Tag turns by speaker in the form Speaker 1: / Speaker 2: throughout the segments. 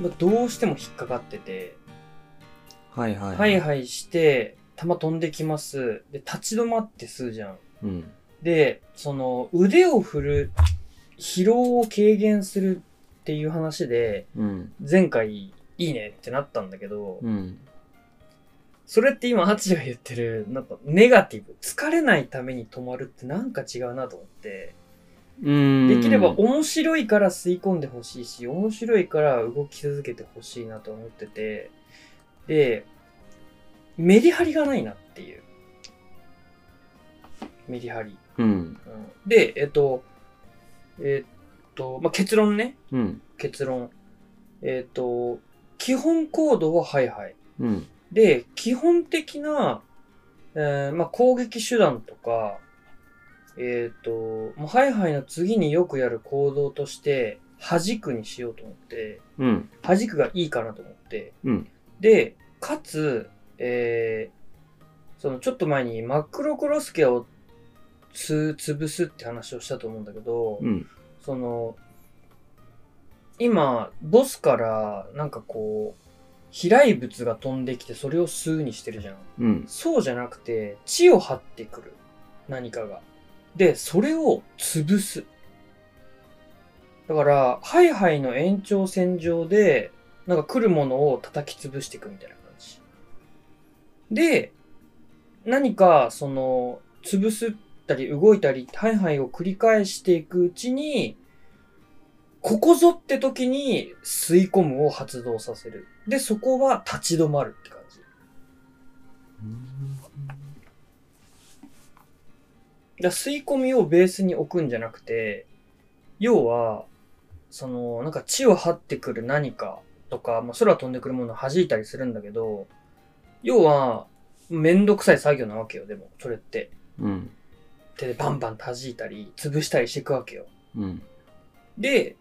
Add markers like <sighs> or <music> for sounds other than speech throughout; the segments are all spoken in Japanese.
Speaker 1: まあどうしても引っかかってて、
Speaker 2: はいはい
Speaker 1: はいはいして、弾飛んできます。で、立ち止まって吸うじゃん。
Speaker 2: うん
Speaker 1: で、その、腕を振る、疲労を軽減するっていう話で、
Speaker 2: うん
Speaker 1: 前回いいねってなったんだけど、
Speaker 2: うん
Speaker 1: それって今、ハチが言ってる、なんか、ネガティブ。疲れないために止まるってなんか違うなと思って、
Speaker 2: うん
Speaker 1: できれば面白いから吸い込んでほしいし、面白いから動き続けてほしいなと思ってて、で、メリハリがないなっていう。メリハリ。
Speaker 2: うん
Speaker 1: うんで、えっと、えっと、まあ、結論ね。
Speaker 2: うん
Speaker 1: 結論。えっと、基本行動ははいはい。
Speaker 2: うん
Speaker 1: で、基本的な、えーまあ、攻撃手段とか、えっ、と、まあ、ハイハイの次によくやる行動として、弾くにしようと思って、
Speaker 2: うん
Speaker 1: 弾くがいいかなと思って、
Speaker 2: うん
Speaker 1: で、かつ、えーそのちょっと前にマクロクロスケをつ潰すって話をしたと思うんだけど、
Speaker 2: うん
Speaker 1: その、今、ボスから、なんかこう、飛来物が飛んできて、それを吸うにしてるじゃん。
Speaker 2: うん
Speaker 1: そうじゃなくて、地を張ってくる。何かが。で、それを潰す。だから、ハイハイの延長線上で、なんか来るものを叩き潰していくみたいな感じ。で、何か、その、潰すったり動いたり、ハイハイを繰り返していくうちに、ここぞって時に吸い込むを発動させる。で、そこは立ち止まるって感じ。だから吸い込みをベースに置くんじゃなくて、要は、その、なんか地を張ってくる何かとか、まあ、空飛んでくるものを弾いたりするんだけど、要は、めんどくさい作業なわけよ、でも、それって。
Speaker 2: うん
Speaker 1: 手でバンバン弾いたり、潰したりしていくわけよ。
Speaker 2: うん
Speaker 1: で、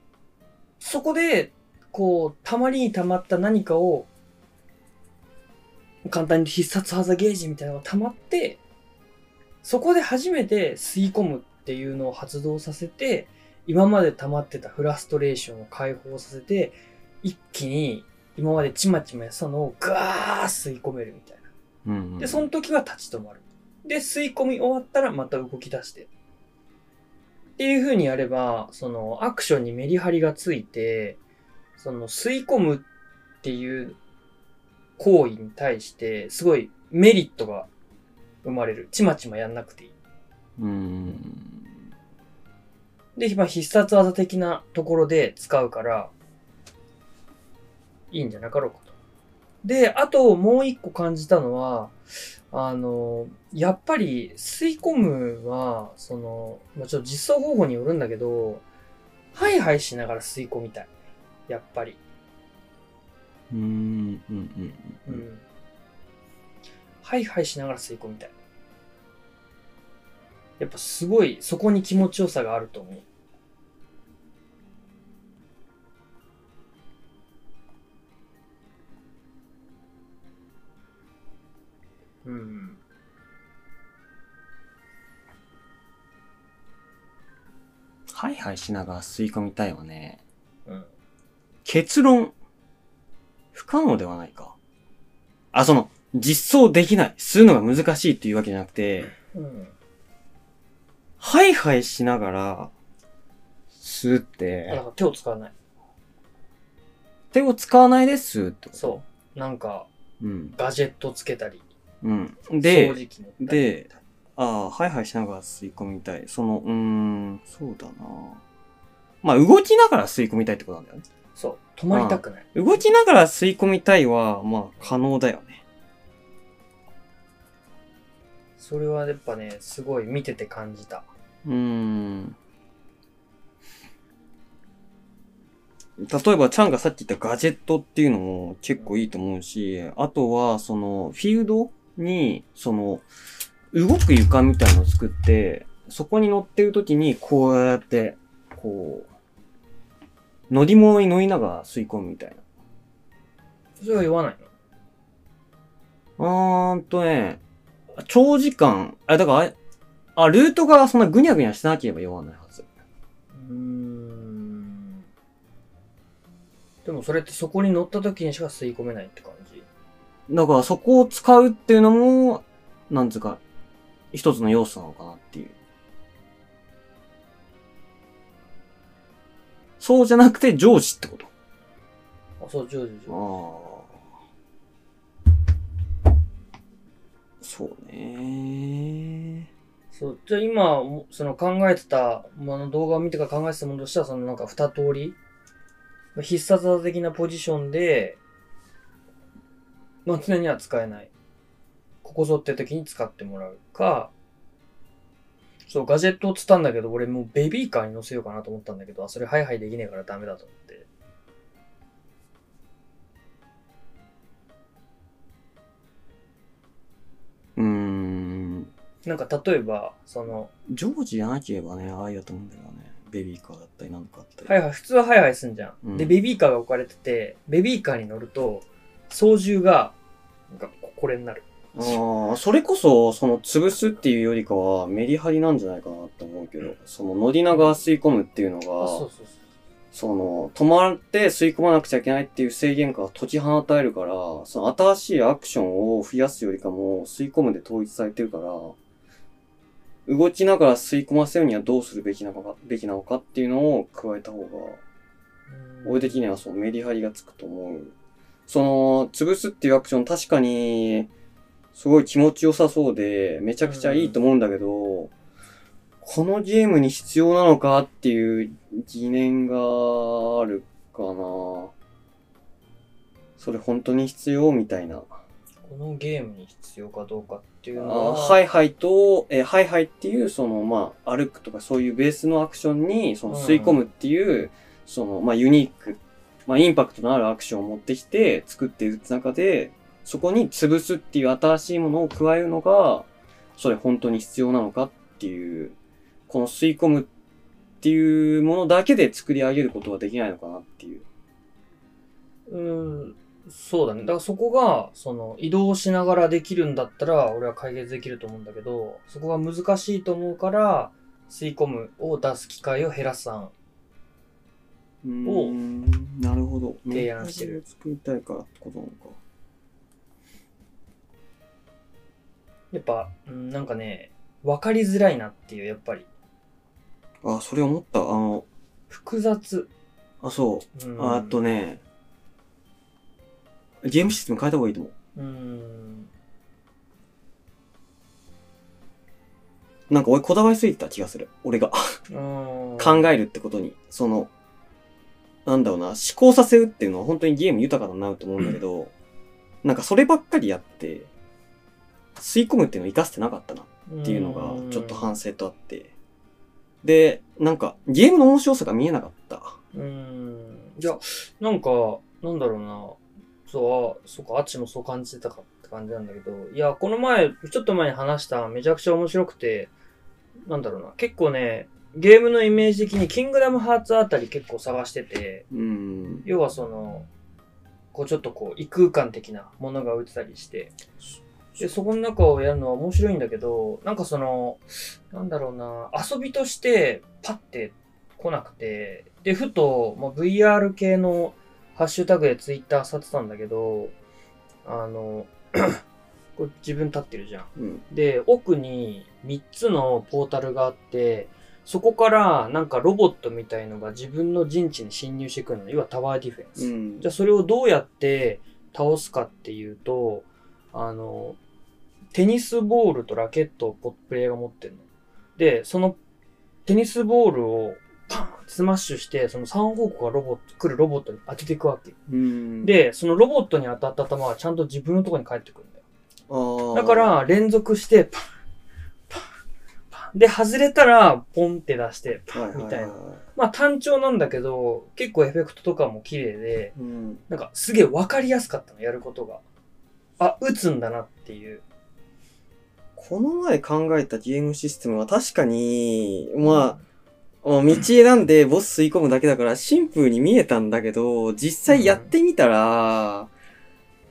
Speaker 1: そこで、こう、たまりにたまった何かを、簡単に必殺技ゲージみたいなのがたまって、そこで初めて吸い込むっていうのを発動させて、今まで溜まってたフラストレーションを解放させて、一気に今までちまちまやってたのをガー吸い込めるみたい
Speaker 2: うん
Speaker 1: な。で、その時は立ち止まる。で、吸い込み終わったらまた動き出して。っていう風にやれば、そのアクションにメリハリがついて、その吸い込むっていう行為に対して、すごいメリットが生まれる。ちまちまやんなくていい。
Speaker 2: うん
Speaker 1: で、まあ、必殺技的なところで使うから、いいんじゃなかろうかと。で、あともう一個感じたのは、あの、やっぱり吸い込むは、その、まあ、ちょっと実装方法によるんだけど、ハイハイしながら吸い込みたい。やっぱり。
Speaker 2: うんうん
Speaker 1: う
Speaker 2: う
Speaker 1: んん。ハイハイしながら吸い込みたい。やっぱすごい、そこに気持ちよさがあると思う。うん。
Speaker 2: ハイハイしながら吸い込みたいわね
Speaker 1: うん。
Speaker 2: 結論不可能ではないかあその実装できない吸うのが難しいっていうわけじゃなくて
Speaker 1: うん。
Speaker 2: ハイハイしながら吸うっ
Speaker 1: だか
Speaker 2: て
Speaker 1: ら手を使わない。
Speaker 2: 手を使わないで吸うってこと
Speaker 1: そう。なんか、
Speaker 2: ううん
Speaker 1: ガジェットつけたり、
Speaker 2: うん
Speaker 1: 掃
Speaker 2: で
Speaker 1: 除機持ったり。
Speaker 2: でああハイハイしながら吸い込みたいそのうーんそうだなまあ動きながら吸い込みたいってことなんだよね
Speaker 1: そう。止まりたくない。
Speaker 2: 動きながら吸い込みたいは、まあ、可能だよね。
Speaker 1: それはやっぱね、すごい見てて感じた。
Speaker 2: うーん。例えば、チャンがさっき言ったガジェットっていうのも結構いいと思うし、あとは、その、フィールドに、その、動く床みたいのを作って、そこに乗ってる時に、こうやって、こう、乗り物に乗りながら吸い込むみたいな。
Speaker 1: それは言わないの
Speaker 2: うーんとね、長時間、あ、だからあれ、あ、ルートがそんなぐにゃぐにゃしなければ酔わないはず。
Speaker 1: うーん。ってでもそれってそこに乗った時にしか吸い込めないって感じ。
Speaker 2: だからそこを使うっていうのも、なんつうか、一つの要素なのかなっていう。そうじゃなくて上司ってこと。
Speaker 1: あ、そう、ジョージ、ジョージ
Speaker 2: ああ。そうね。
Speaker 1: そう、じゃあ今、もその考えてた、まああの動画を見てから考えてたものとしては、そのなんか二通り、まあ必殺技的なポジションで、まあ常には使えない。ここぞって時に使ってもらうか、そう、ガジェットをつったんだけど、俺もうベビーカーに乗せようかなと思ったんだけど、あ、それハイハイできねえからダメだと思って。
Speaker 2: うーん。
Speaker 1: なんか例えば、その、
Speaker 2: ジョージじゃなければね、ああやと思うんだけどね。ベビーカーだったりなんかあったり。
Speaker 1: はいはい、普通はハイハイすんじゃん。
Speaker 2: うん
Speaker 1: で、ベビーカーが置かれてて、ベビーカーに乗ると、操縦が、なんか、ここれになる。
Speaker 2: ああ、それこそ、その、潰すっていうよりかは、メリハリなんじゃないかなって思うけど、その、乗りながら吸い込むっていうの
Speaker 1: あそう
Speaker 2: が、
Speaker 1: そうそ
Speaker 2: その、止まって吸い込まなくちゃいけないっていう制限から解き放たれるから、その、新しいアクションを増やすよりかも、吸い込むで統一されてるから、動きながら吸い込ませるにはどうするべきなのか、べきなのかっていうのを加えた方が、
Speaker 1: う。
Speaker 2: 俺的にはそうメリハリがつくと思う。その、潰すっていうアクション確かに、すごい気持ちよさそうで、めちゃくちゃいいと思うんだけど、このゲームに必要なのかっていう疑念があるかな。それ本当に必要みたいな。
Speaker 1: このゲームに必要かどうかっていうのは、
Speaker 2: ハイハイと、えーハイハイっていう、その、まあ、歩くとかそういうベースのアクションに、その、
Speaker 1: うん
Speaker 2: 吸い込むっていう、その、まあ、ユニーク、まあ、インパクトのあるアクションを持ってきて、作っている中で、そこに潰すっていう新しいものを加えるのが、それ本当に必要なのかっていう、この吸い込むっていうものだけで作り上げることはできないのかなっていう。
Speaker 1: うん、そうだね。だからそこが、その、移動しながらできるんだったら、俺は解決できると思うんだけど、そこが難しいと思うから、吸い込むを出す機会を減らす案。
Speaker 2: うーんなるほど。
Speaker 1: 提案してる
Speaker 2: メリハリを作りたいからってことなのか。
Speaker 1: やっぱ、うん、なんかね、分かりづらいなっていう、やっぱり。
Speaker 2: あ、それ思った。あの、
Speaker 1: 複雑。
Speaker 2: あ、そう。
Speaker 1: うん
Speaker 2: ああとね、ゲームシステム変えた方がいいと思
Speaker 1: うん。
Speaker 2: う。なんか俺こだわりすぎてた気がする。俺が
Speaker 1: 考
Speaker 2: 考えるってことに。その、なんだろうな、思考させるっていうのは本当にゲーム豊かだなと思うんだけど、なんかそればっかりやって、吸い込むっていうのを活かせてなかったな
Speaker 1: っ
Speaker 2: っていうのがちょっと反省とあって。で、なんかゲームの面白さが見えなかった。
Speaker 1: うんいやなんかなんだろうなそうあそうかあっちもそう感じてたかって感じなんだけどいやこの前ちょっと前に話しためちゃくちゃ面白くてなんだろうな結構ねゲームのイメージ的にキングダムハーツあたり結構探してて
Speaker 2: うん。
Speaker 1: 要はそのこうちょっとこう異空間的なものが浮いてたりしてでそこの中をやるのは面白いんだけどなんかそのなんだろうな遊びとしてパッて来なくてでふと、まあ、VR 系のハッシュタグでツイッターさってたんだけどあの <clears throat> これ自分立ってるじゃん
Speaker 2: うん。
Speaker 1: で奥に3つのポータルがあってそこからなんかロボットみたいのが自分の陣地に侵入してくるの要はタワーディフェンス、
Speaker 2: うん
Speaker 1: じゃあそれをどうやって倒すかっていうとあのテニスボールとラケットをポプレイヤーが持ってるのでそのテニスボールをパンってスマッシュしてその3方向がロボット来るロボットに当てていくわけ
Speaker 2: うん、
Speaker 1: でそのロボットに当たった球はちゃんと自分のところに返ってくるんだよ
Speaker 2: あー
Speaker 1: だか、ら、連続して、パン、パン、パン。で、外れたら、ポンって出して、パンみたいな。
Speaker 2: な。
Speaker 1: まあ、単調なんだけど、結構エフェクトとかも綺麗で、
Speaker 2: うん。
Speaker 1: なんか、すげえ分かりやすかったの、やることが。あ、打つんだなっていう。
Speaker 2: この前考えたゲームシステムは確かに、まあ、まあ道選んでボス吸い込むだけだからシンプルに見えたんだけど、実際やってみたら、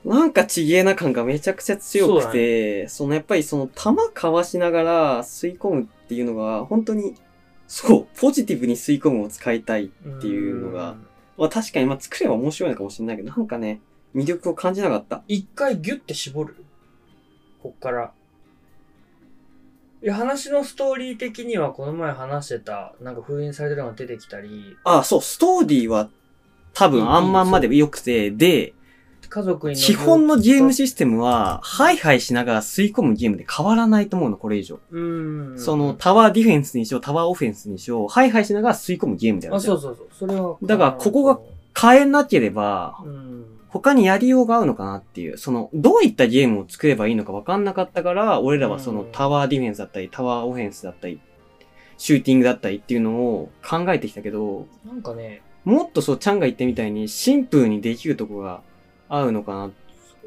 Speaker 2: なんかちげえな感がめちゃくちゃ強くて、そのやっぱりその弾かわしながら吸い込むっていうのが、本当に、そう、ポジティブに吸い込むを使いたい。
Speaker 1: あ、
Speaker 2: っていうのがまあ確かに、まあ作れば面白いのかもしれないけど、なんかね、魅力を感じなかった。
Speaker 1: 一回ギュッて絞るこっから。いや、話のストーリー的にはこの前話してた、なんか封印されてるのが出てきたり、
Speaker 2: あ、そう、ストーリーは多分あんまんまで良くて、で、
Speaker 1: 家族に
Speaker 2: 基本のゲームシステムは、ハイハイしながら吸い込むゲームで変わらないと思うの、これ以上。
Speaker 1: うん。
Speaker 2: その、タワーディフェンスにしよう、タワーオフェンスにしよう、ハイハイしながら吸い込むゲームだよ
Speaker 1: あ、
Speaker 2: ね。
Speaker 1: そうそうそう。それは。
Speaker 2: だからここが、変えなければ、
Speaker 1: うん。
Speaker 2: 他にやりようが合うのかなっていう、その、どういったゲームを作ればいいのか分かんなかったから、俺らはその
Speaker 1: うん
Speaker 2: タワーディフェンスだったり、タワーオフェンスだったり、シューティングだったりっていうのを考えてきたけど、
Speaker 1: なんかね、
Speaker 2: もっとそう、ちゃんが言ってみたいにシンプルにできるとこが合うのかな。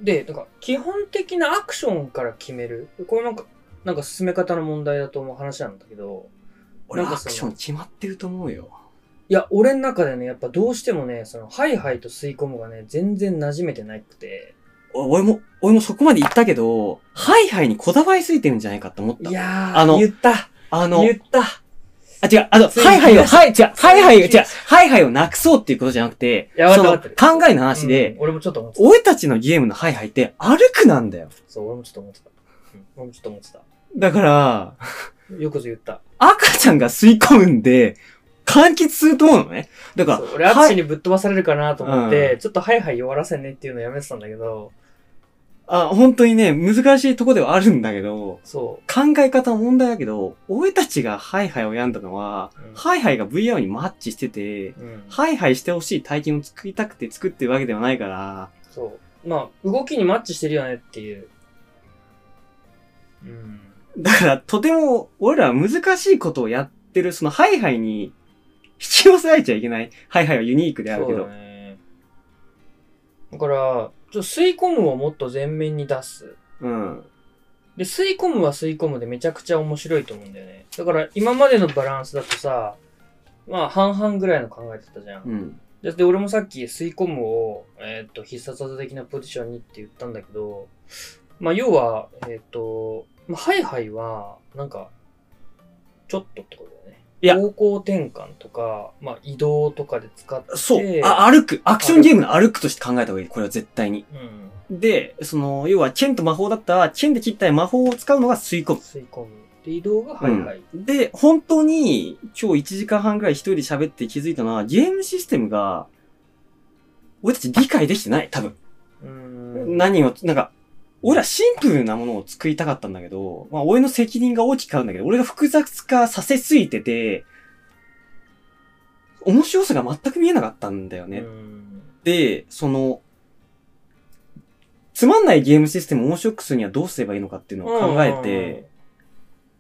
Speaker 1: で、なんか、基本的なアクションから決める。これなんか、なんか進め方の問題だと思う話なんだけど、
Speaker 2: 俺
Speaker 1: なん
Speaker 2: ア
Speaker 1: かその
Speaker 2: クション決まってると思うよ。
Speaker 1: いや、俺の中でね、やっぱどうしてもね、その、ハイハイと吸い込むがね、全然馴染めてなくて、
Speaker 2: お俺も、俺もそこまで言ったけど、ハイハイにこだわりすぎてるんじゃないかって思った。
Speaker 1: いやー、
Speaker 2: あの
Speaker 1: 言った
Speaker 2: あの、
Speaker 1: 言った
Speaker 2: あ、違う、あの、
Speaker 1: つい
Speaker 2: ハイハイを、はい、違う、ハイハイを、
Speaker 1: つい
Speaker 2: 違う、ハイハイをなくそうっていうことじゃなくて、
Speaker 1: いやわか
Speaker 2: そ
Speaker 1: った
Speaker 2: の、
Speaker 1: わ
Speaker 2: 考
Speaker 1: かってる
Speaker 2: えの話で、
Speaker 1: うん俺もちょっと思ってた。
Speaker 2: 俺たちのゲームのハイハイって歩くなんだよ。
Speaker 1: そう、俺もちょっと思ってた。うん、俺もちょっと思ってた。
Speaker 2: だから、
Speaker 1: よくぞ言った。
Speaker 2: 赤ちゃんが吸い込むんで、完結すると思うのね。だか
Speaker 1: そう俺、
Speaker 2: ら、
Speaker 1: アクシ
Speaker 2: は
Speaker 1: ョン
Speaker 2: い、
Speaker 1: にぶっ飛ばされるかなと思って、
Speaker 2: う
Speaker 1: ちょっとハイハイ弱らせんねっていうのやめてたんだけど、
Speaker 2: あ、本当にね、難しいとこではあるんだけど、
Speaker 1: そ
Speaker 2: 考え方の問題だけど、俺たちがハイハイをやんだのは、
Speaker 1: うん
Speaker 2: ハイハイが VR にマッチしてて、
Speaker 1: う。うん。
Speaker 2: ハイハイしてほしい体験を作りたくて作ってるわけではないから、
Speaker 1: そう。まあ、動きにマッチしてるよねっていう。うん。
Speaker 2: だから、とても、俺らは難しいことをやってる、そのハイハイに引き寄せられちゃいけない。ハイハイはユニークであるけ
Speaker 1: そう
Speaker 2: ど
Speaker 1: だ。ね。だから、ちょ吸い込むをもっと前面に出す。
Speaker 2: うん。
Speaker 1: で、吸い込むは吸い込むでめちゃくちゃ面白いと思うんだよね。だから、今までのバランスだとさ、まあ、半々ぐらいの考えてたじゃん。
Speaker 2: うん。
Speaker 1: だって俺もさっき吸い込むを、えーっと必殺技的なポジションにって言ったんだけど、まあ、要は、えーっと、まあ、ハイハイは、なんか、ちょっとってことだよね。
Speaker 2: いや
Speaker 1: 方向転換とか、まあ、移動とかで使って、
Speaker 2: そう。あ、歩く。アクションゲームの歩くとして考えた方がいい。これは絶対に。
Speaker 1: うん、
Speaker 2: で、その、要は、剣と魔法だったら、剣で切ったり魔法を使うのが吸い込む。
Speaker 1: 吸い込む。で、移動がハイハイ。
Speaker 2: で、本当に、今日1時間半ぐらい一人で喋って気づいたのは、ゲームシステムが、俺たち理解できてない、多分。
Speaker 1: うーん。
Speaker 2: 何を、なんか、俺らシンプルなものを作りたかったんだけど、まあ俺の責任が大きくあるんだけど、俺が複雑化させすぎてて、面白さが全く見えなかったんだよね。
Speaker 1: うん
Speaker 2: で、その、つまんないゲームシステムを面白くするにはどうすればいいのかっていうのを考えて、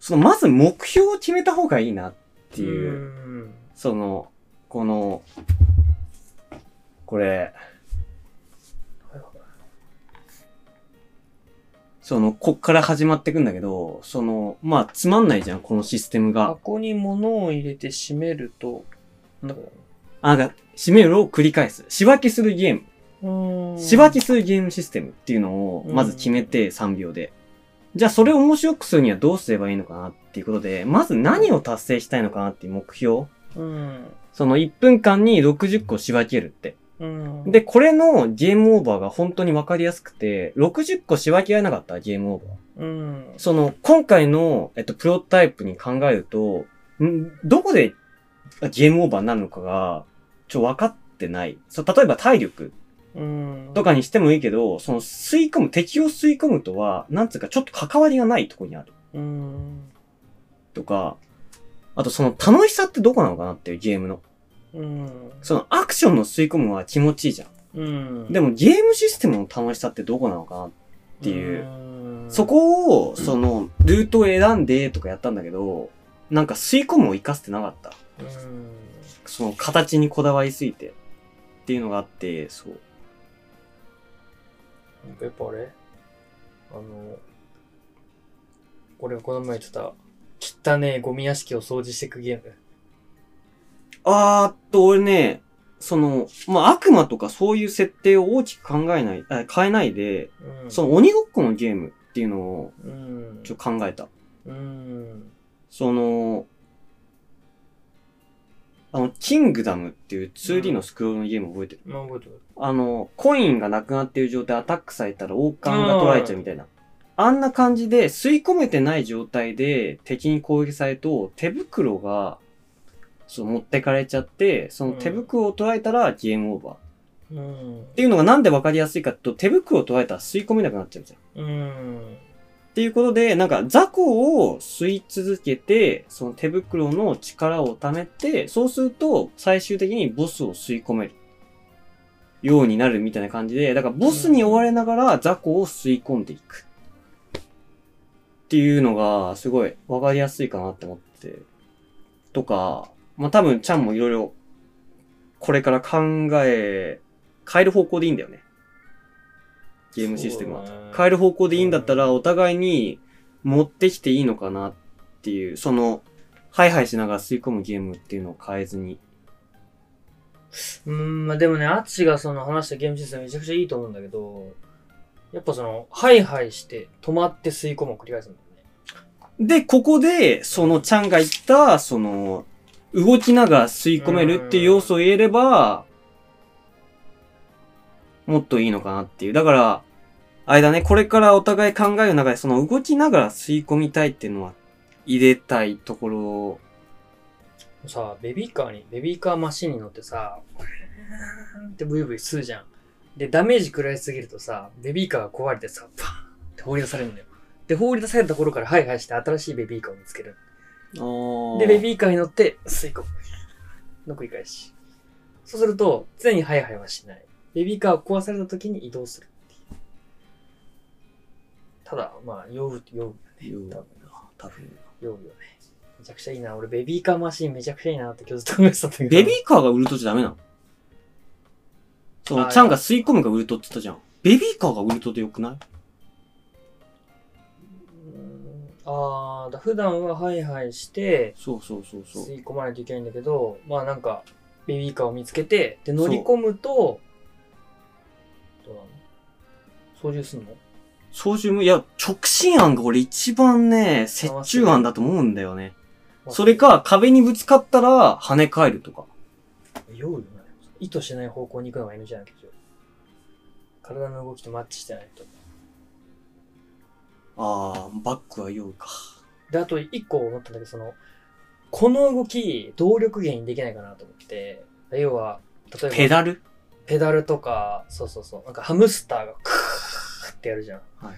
Speaker 2: そのまず目標を決めた方がいいなって
Speaker 1: うん
Speaker 2: いう。
Speaker 1: うん
Speaker 2: その、この、これ
Speaker 1: はいはい、
Speaker 2: その、こっから始まってくんだけど、その、まあ、つまんないじゃん、このシステムが。
Speaker 1: 箱に物を入れて閉めると、なんだろ
Speaker 2: あ、が、閉めるを繰り返す。仕分けするゲーム。
Speaker 1: ううーん
Speaker 2: 仕分けするゲームシステムっていうのを、まず決めて3秒で。じゃあ、それを面白くするにはどうすればいいのかなっていうことで、まず何を達成したいのかなっていう目標。
Speaker 1: うん。
Speaker 2: その1分間に60個仕分けるって。
Speaker 1: うん。
Speaker 2: で、これのゲームオーバーが本当にわかりやすくて、60個仕分けられなかったらゲームオーバー。
Speaker 1: うん。
Speaker 2: その、今回の、えっと、プロトタイプに考えると、んどこであゲームオーバーになるのかが、ちょ、分かってない。そう、例えば体力
Speaker 1: うん
Speaker 2: とかにしてもいいけど、その、吸い込む、敵を吸い込むとは、なんつうか、ちょっと関わりがないとこにある。
Speaker 1: うん。
Speaker 2: とか、あとその楽しさってどこなのかなっていうゲームの。
Speaker 1: うん。
Speaker 2: そのアクションの吸い込むは気持ちいいじゃん。
Speaker 1: うん。
Speaker 2: で
Speaker 1: も、
Speaker 2: もゲームシステムの楽しさってどこなのかなっていうそ、こを、その、ルートを選んでとかやったんだけど、なんか吸い込むを活かせてなかった。
Speaker 1: うん。
Speaker 2: その形にこだわりすぎて。っていうのがあって、そう。
Speaker 1: なんかやっぱあれあの、俺がこの前言ってた、汚ねえゴミ屋敷を掃除していくゲーム。
Speaker 2: あーっと、俺ね、その、まあ、悪魔とかそういう設定を大きく考えない、あ変えないで、
Speaker 1: うん。
Speaker 2: その鬼ごっこのゲームっていうのを
Speaker 1: うん。
Speaker 2: ちょっと考えた。
Speaker 1: うん。
Speaker 2: その、あの、キングダムっていう 2D のスクロールのゲーム覚えてる、
Speaker 1: まあ覚えてる。
Speaker 2: あの、コインがなくなってる状態アタックされたら王冠が取られちゃうみたいな。あんな感じで吸い込めてない状態で敵に攻撃されると手袋がそう持ってかれちゃって、その手袋を取られたらゲームオーバー。っ
Speaker 1: うん。
Speaker 2: ていうのがなんでわかりやすいかっていうと手袋を取られたら吸い込めなくなっちゃうじゃん。
Speaker 1: うん。
Speaker 2: っていうことで、なんか、雑魚を吸い続けて、その手袋の力を貯めて、そうすると、最終的にボスを吸い込める。ようになるみたいな感じで、だから、ボスに追われながら雑魚を吸い込んでいく。っていうのが、すごい、わかりやすいかなって思ってて。とか、まあ、多分、ちゃんもいろいろ、これから考え、変える方向でいいんだよね。ゲームシステムは。変
Speaker 1: る。
Speaker 2: える方向でいいんだったら、お互いに持ってきていいのかなっていう、その、ハイハイしながら吸い込むゲームっていうのを変えずに。
Speaker 1: うん、まあでもね、アッチがその話したゲームシステムめちゃくちゃいいと思うんだけど、やっぱその、ハイハイして、止まって吸い込むを繰り返すんだよね。
Speaker 2: で、ここで、その、チャンが言った、その、動きながら吸い込めるっていう要素を入れれば、もっといいのかなっていう。だから、あれだね、これからお互い考える中で、その動きながら吸い込みたいっていうのは入れたいところ
Speaker 1: さあ、ベビーカーに、ベビーカーマシンに乗ってさ、うーんってブイブイ吸うじゃん。で、ダメージ食らいすぎるとさ、ベビーカーが壊れてさ、パーンって放り出されるんだよ。で、放り出された頃からハイハイして新しいベビーカーを見つける。で、ベビーカーに乗って吸い込む。の繰り返し。そうすると、常にハイハイはしない。ベビーカーを壊された時に移動するっていう。ただ、まあ、酔う、酔う。
Speaker 2: 言う
Speaker 1: 多分
Speaker 2: 多分。
Speaker 1: 酔うよね。めちゃくちゃいいな。俺、ベビーカーマシンめちゃくちゃいいなって今日ずっと思ってたんだけど。
Speaker 2: ベビーカーが売るとじゃダメなのそ
Speaker 1: あ
Speaker 2: の、
Speaker 1: ー
Speaker 2: ちゃんが吸い込むが売るとって言ったじゃん。ベビーカーが売るとでよくないう
Speaker 1: ーんああ、だ普段はハイハイして、
Speaker 2: そうそうそうそう。
Speaker 1: 吸い込まないといけないんだけど、まあなんか、ベビーカーを見つけて、で、乗り込むと、どうなの操縦すんの
Speaker 2: 操縦も、いや、直進案が俺一番ね、折衷案だと思うんだよね。それ、か、壁にぶつかったら跳ね返るとか。
Speaker 1: 酔うよね。意図してない方向に行くのが NG じゃなきゃ体の動きとマッチしてないと。
Speaker 2: あー、バックは酔うか。
Speaker 1: で、あと一個思ったんだけど、その、この動き、動力源にできないかなと思って、要は、例えば、
Speaker 2: ペダル
Speaker 1: ペダルとか、そうそうそう、なんかハムスターがクーってやるじゃん。
Speaker 2: はいはい。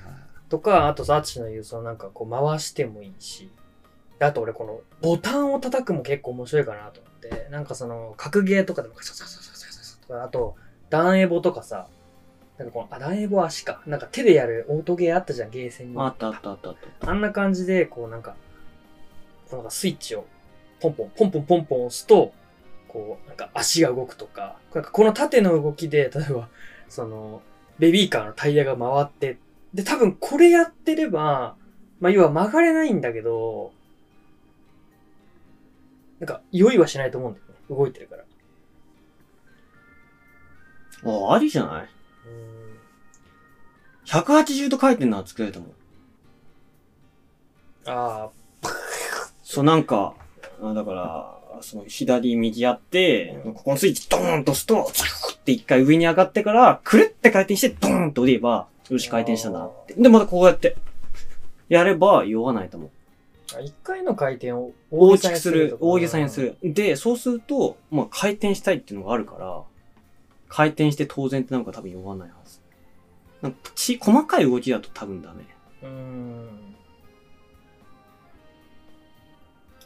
Speaker 1: とか、あとさ、アッチの言う、そのなんかこう回してもいいし、あと俺このボタンを叩くも結構面白いかなと思って、なんかその格ゲーとかでもカシャカシャカシャカシャカシャとか、あと、弾エボとかさ、なんかこの、あ、弾エボは足か。なんか手でやるオートゲーあったじゃん、ゲーセンに。
Speaker 2: あったあったあったあった。
Speaker 1: あんな感じで、こうなんか、こうなんかスイッチをポンポン、ポンポンポンポン押すと、こうなんか足が動くとか、なんかこの縦の動きで、例えば、その、ベビーカーのタイヤが回って、で、多分これやってれば、まあ要は曲がれないんだけど、なんか酔いはしないと思うんだよね。動いてるから。
Speaker 2: あー、ありじゃない
Speaker 1: うん。
Speaker 2: ?180 度回転なら作れると思う。
Speaker 1: ああ、
Speaker 2: そう、なんか、あだから、その、左、右あって、ここのスイッチドーンと押すと、ザクって一回上に上がってから、くるって回転して、ドーンと降りれば、よし、回転したんだなって。で、またこうやって、やれば、酔わないと思う。
Speaker 1: あ一回の回転を
Speaker 2: 大きくする、大げさにす
Speaker 1: る
Speaker 2: る。で、そうすると、まあ、回転したいっていうのがあるから、回転して当然ってなんか多分酔わないはず。なんか、ち、細かい動きだと多分ダメ。
Speaker 1: とかな。うん。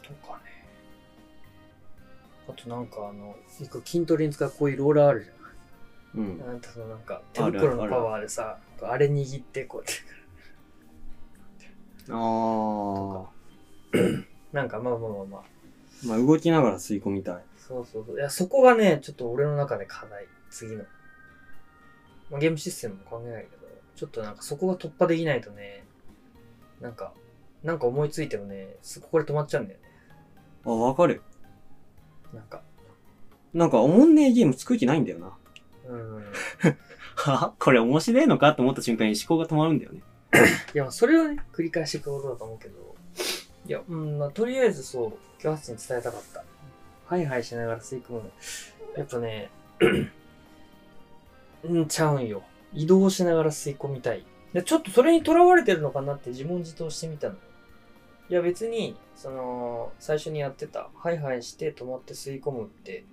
Speaker 1: とかね。あとなんかあの、よく筋トレに使うこういうローラーあるじゃん。
Speaker 2: うん。
Speaker 1: なんかそのなんか手
Speaker 2: ある
Speaker 1: 袋のパワーでさ、こうあれ握ってこうやって。
Speaker 2: あー。
Speaker 1: なんかまあまあまあまあ。
Speaker 2: まあ、動きながら吸い込みたい。
Speaker 1: そうそうそう。いや、そこがね、ちょっと俺の中で課題。次の。まあ、ゲームシステムも考えないけど、ちょっとなんかそこが突破できないとね、なんか、なんか思いついてもね、そここれ止まっちゃうんだよね。
Speaker 2: あ、わかる。
Speaker 1: なんか。
Speaker 2: なんか、おもんねえゲーム作る気ないんだよな。
Speaker 1: うん。
Speaker 2: はこれ面白いのかと思った瞬間に思考が止まるんだよね。
Speaker 1: <laughs> いや、それをね、繰り返していくことだと思うけど、いや、うん、まあ、とりあえずそう、今日ハッチに伝えたかった。ハイハイしながら吸い込むの。やっぱね、 <clears throat> うん、ちゃうんよ。移動しながら吸い込みたい。で、ちょっとそれにとらわれてるのかなって自問自答してみたのよ。いや別に、その、最初にやってた、ハイハイして止まって吸い込むって、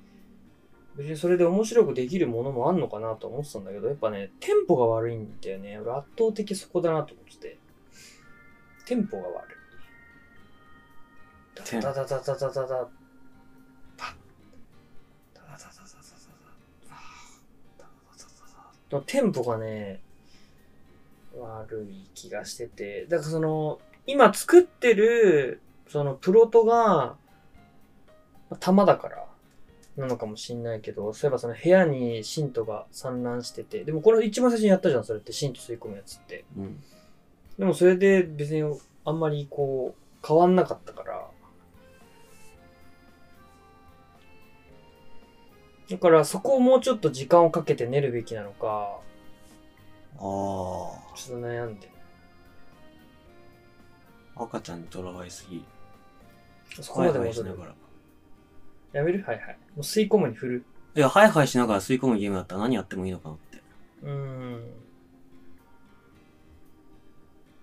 Speaker 1: 別にそれで面白くできるものもあんのかなと思ってたんだけど、やっぱね、テンポが悪いんだよね。俺圧倒的そこだなと思ってて。テンポが悪
Speaker 2: テ
Speaker 1: い。
Speaker 2: ン
Speaker 1: ダダダダダダダダ、パッ。ダダダダダダダダ、パッダダダダダダのテンポがね、悪い気がしてて。だからその、今作ってる、そのプロトが、まあ玉だから、なのかもしんないけど、そういえばその部屋にシントが散乱してて、でもこれ一番最初にやったじゃん、それってシント吸い込むやつって。
Speaker 2: うん。
Speaker 1: でもそれで別にあんまりこう、変わんなかったから。だからそこをもうちょっと時間をかけて練るべきなのか、
Speaker 2: あ
Speaker 1: ちょっと悩んでる。
Speaker 2: あ。赤ちゃんにとらわれすぎ。
Speaker 1: そこ
Speaker 2: ハイ
Speaker 1: まで
Speaker 2: ハイし
Speaker 1: 戻
Speaker 2: な
Speaker 1: る
Speaker 2: が。ら。
Speaker 1: やめるはいはい。もう吸い込むに振る。
Speaker 2: いや、ハイハイしながら吸い込むゲームだったら何やってもいいのかなって。
Speaker 1: うー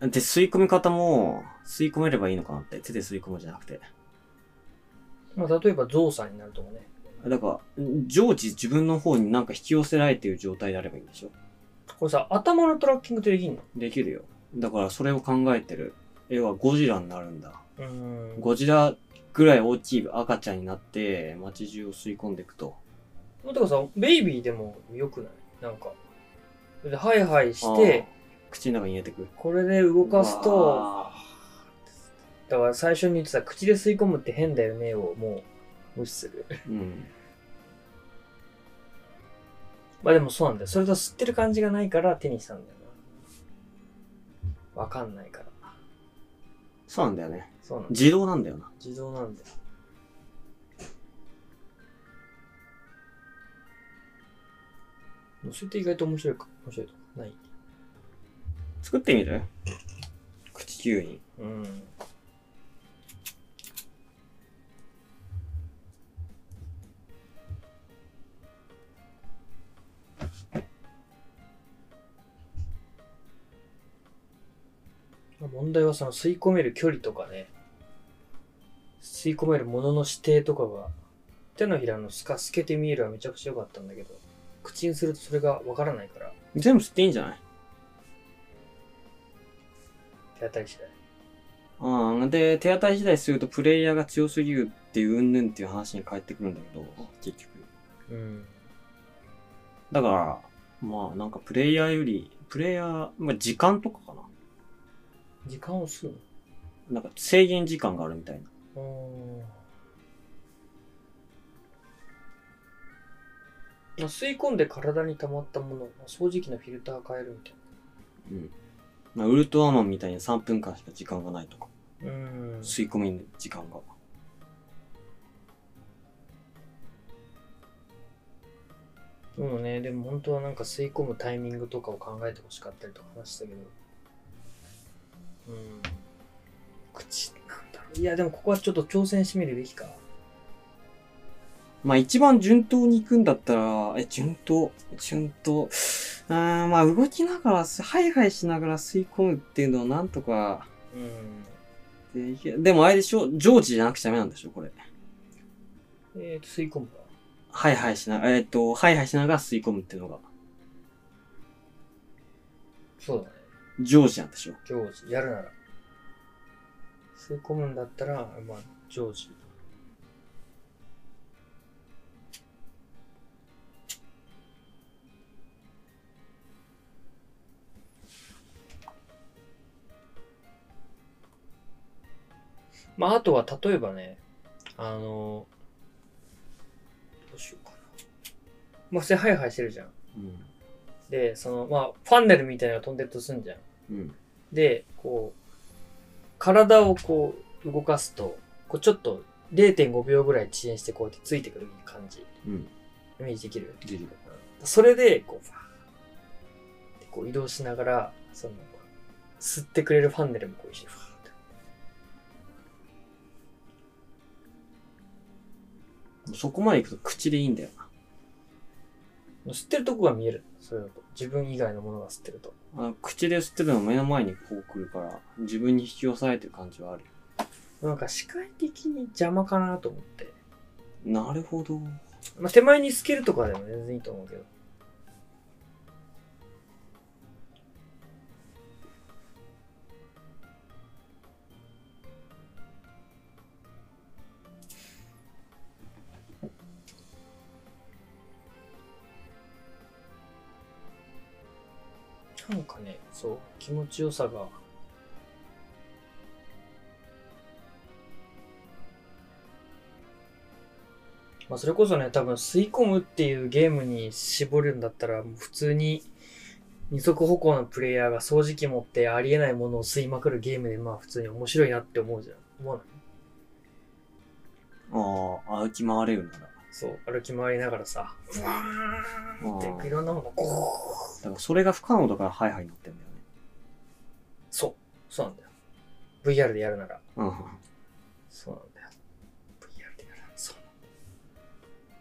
Speaker 1: ん。
Speaker 2: で、吸い込み方も、吸い込めればいいのかなって。手で吸い込むじゃなくて。
Speaker 1: まあ、例えばゾウさんになるとかね。
Speaker 2: だから、常時自分の方になんか引き寄せられている状態であればいいんでしょ
Speaker 1: これさ、頭のトラッキングってできんの
Speaker 2: できるよ。だからそれを考えてる。要はゴジラになるんだ。
Speaker 1: うーん。
Speaker 2: ゴジラぐらい大きい赤ちゃんになって、街中を吸い込んでいくと。
Speaker 1: だからさ、ベイビーでもよくないなんか。で、ハイハイして、
Speaker 2: あー、口の中に入れてく。
Speaker 1: これで動かす
Speaker 2: う
Speaker 1: と、
Speaker 2: わ
Speaker 1: だから最初に言ってた、口で吸い込むって変だよねをもう無視する。
Speaker 2: ー、うん。
Speaker 1: まあでもそうなんだよ。それと吸ってる感じがないから手にしたんだよな。わかんないから。
Speaker 2: そうなんだよね。
Speaker 1: そうなんだ。
Speaker 2: 自動なんだよな。
Speaker 1: 自動なんだよ。乗せて意外と面白いか、面白いとかない。
Speaker 2: 作ってみる口吸引。
Speaker 1: うん。問題はその吸い込める距離とかね吸い込めるものの指定とかが手のひらのスカ透けて見えるはめちゃくちゃ良かったんだけど口にするとそれがわからないから
Speaker 2: 全部吸っていいんじゃない
Speaker 1: 手当たり次第
Speaker 2: うん。で、手当たり次第するとプレイヤーが強すぎるっていううんぬんっていう話に返ってくるんだけど、結局。
Speaker 1: うん
Speaker 2: だから、まあなんかプレイヤーより、プレイヤー、まあ時間とかか
Speaker 1: 時間を吸う
Speaker 2: な。なんか制限時間があるみたいな。
Speaker 1: のまあ吸い込んで体に溜まったもの、まあ掃除機のフィルター変えるみたい
Speaker 2: うん。まあウルトラマンみたいに3分間しか時間がないとか。
Speaker 1: な。うん
Speaker 2: 吸い込みの時間が。
Speaker 1: そうね、でも本当はなんか吸い込むタイミングとかを考えてほしかったりとか話したけど。うん。口、なんだろう。いや、でもここはちょっと挑戦してみるべきか。
Speaker 2: まあ一番順当に行くんだったら、え、順当、順当。う <sighs> ーん、まあ動きながら、ハイハイしながら吸い込むっていうのはなんとか
Speaker 1: うん。
Speaker 2: でいけでもあれでしょ、常時じゃなくちゃダメなんでしょ、これ。
Speaker 1: えーと、吸い込むか。
Speaker 2: ハイハイしな、えっ、と、ハイハイしながら吸い込むっていうのが、
Speaker 1: そうだね。
Speaker 2: 常時なんでしょ。
Speaker 1: 常時、やるなら。吸い込むんだったら、まあ、常時。まあ、あとは例えばね、あの、どうしようかな。まあ、それハイハイしてるじゃん。
Speaker 2: うん。
Speaker 1: で、その、まあ、ファンネルみたいなのが飛んでるとすんじゃん。
Speaker 2: うん。
Speaker 1: で、こう、体をこう動かすと、こうちょっと0.5秒ぐらい遅延してこうやってついてくる感じ、
Speaker 2: うん。
Speaker 1: イメージできる。
Speaker 2: できる
Speaker 1: それで、こう、ファーってこう移動しながら、その、吸ってくれるファンネルもこう一緒にファーって。
Speaker 2: そこまで行くと口でいいんだよな。
Speaker 1: 吸ってるとこが見える。それだと。自分以外のものが吸ってると。
Speaker 2: あの口で吸ってても目の前にこう来るから、自分に引き寄されてる感じはあるよ。
Speaker 1: なんか視界的に邪魔かなと思って。
Speaker 2: なるほど。
Speaker 1: まあ、手前に透けるとかでも全然いいと思うけど。なんかね、そう、気持ちよさが。まあ、それこそね、多分吸い込むっていうゲームに絞るんだったら、もう普通に二足歩行のプレイヤーが掃除機持ってありえないものを吸いまくるゲームで、まあ普通に面白いなって思うじゃん。思わない
Speaker 2: ああ、歩き回れるなら。
Speaker 1: そう、歩き回りながらさ、ブワーンっていろんなものがゴー
Speaker 2: だからそれが不可能だからハイハイになってんだよね。
Speaker 1: そう、そうなんだよ。VR でやるなら。
Speaker 2: うん。
Speaker 1: そうなんだよ。VR でやるなら。そう。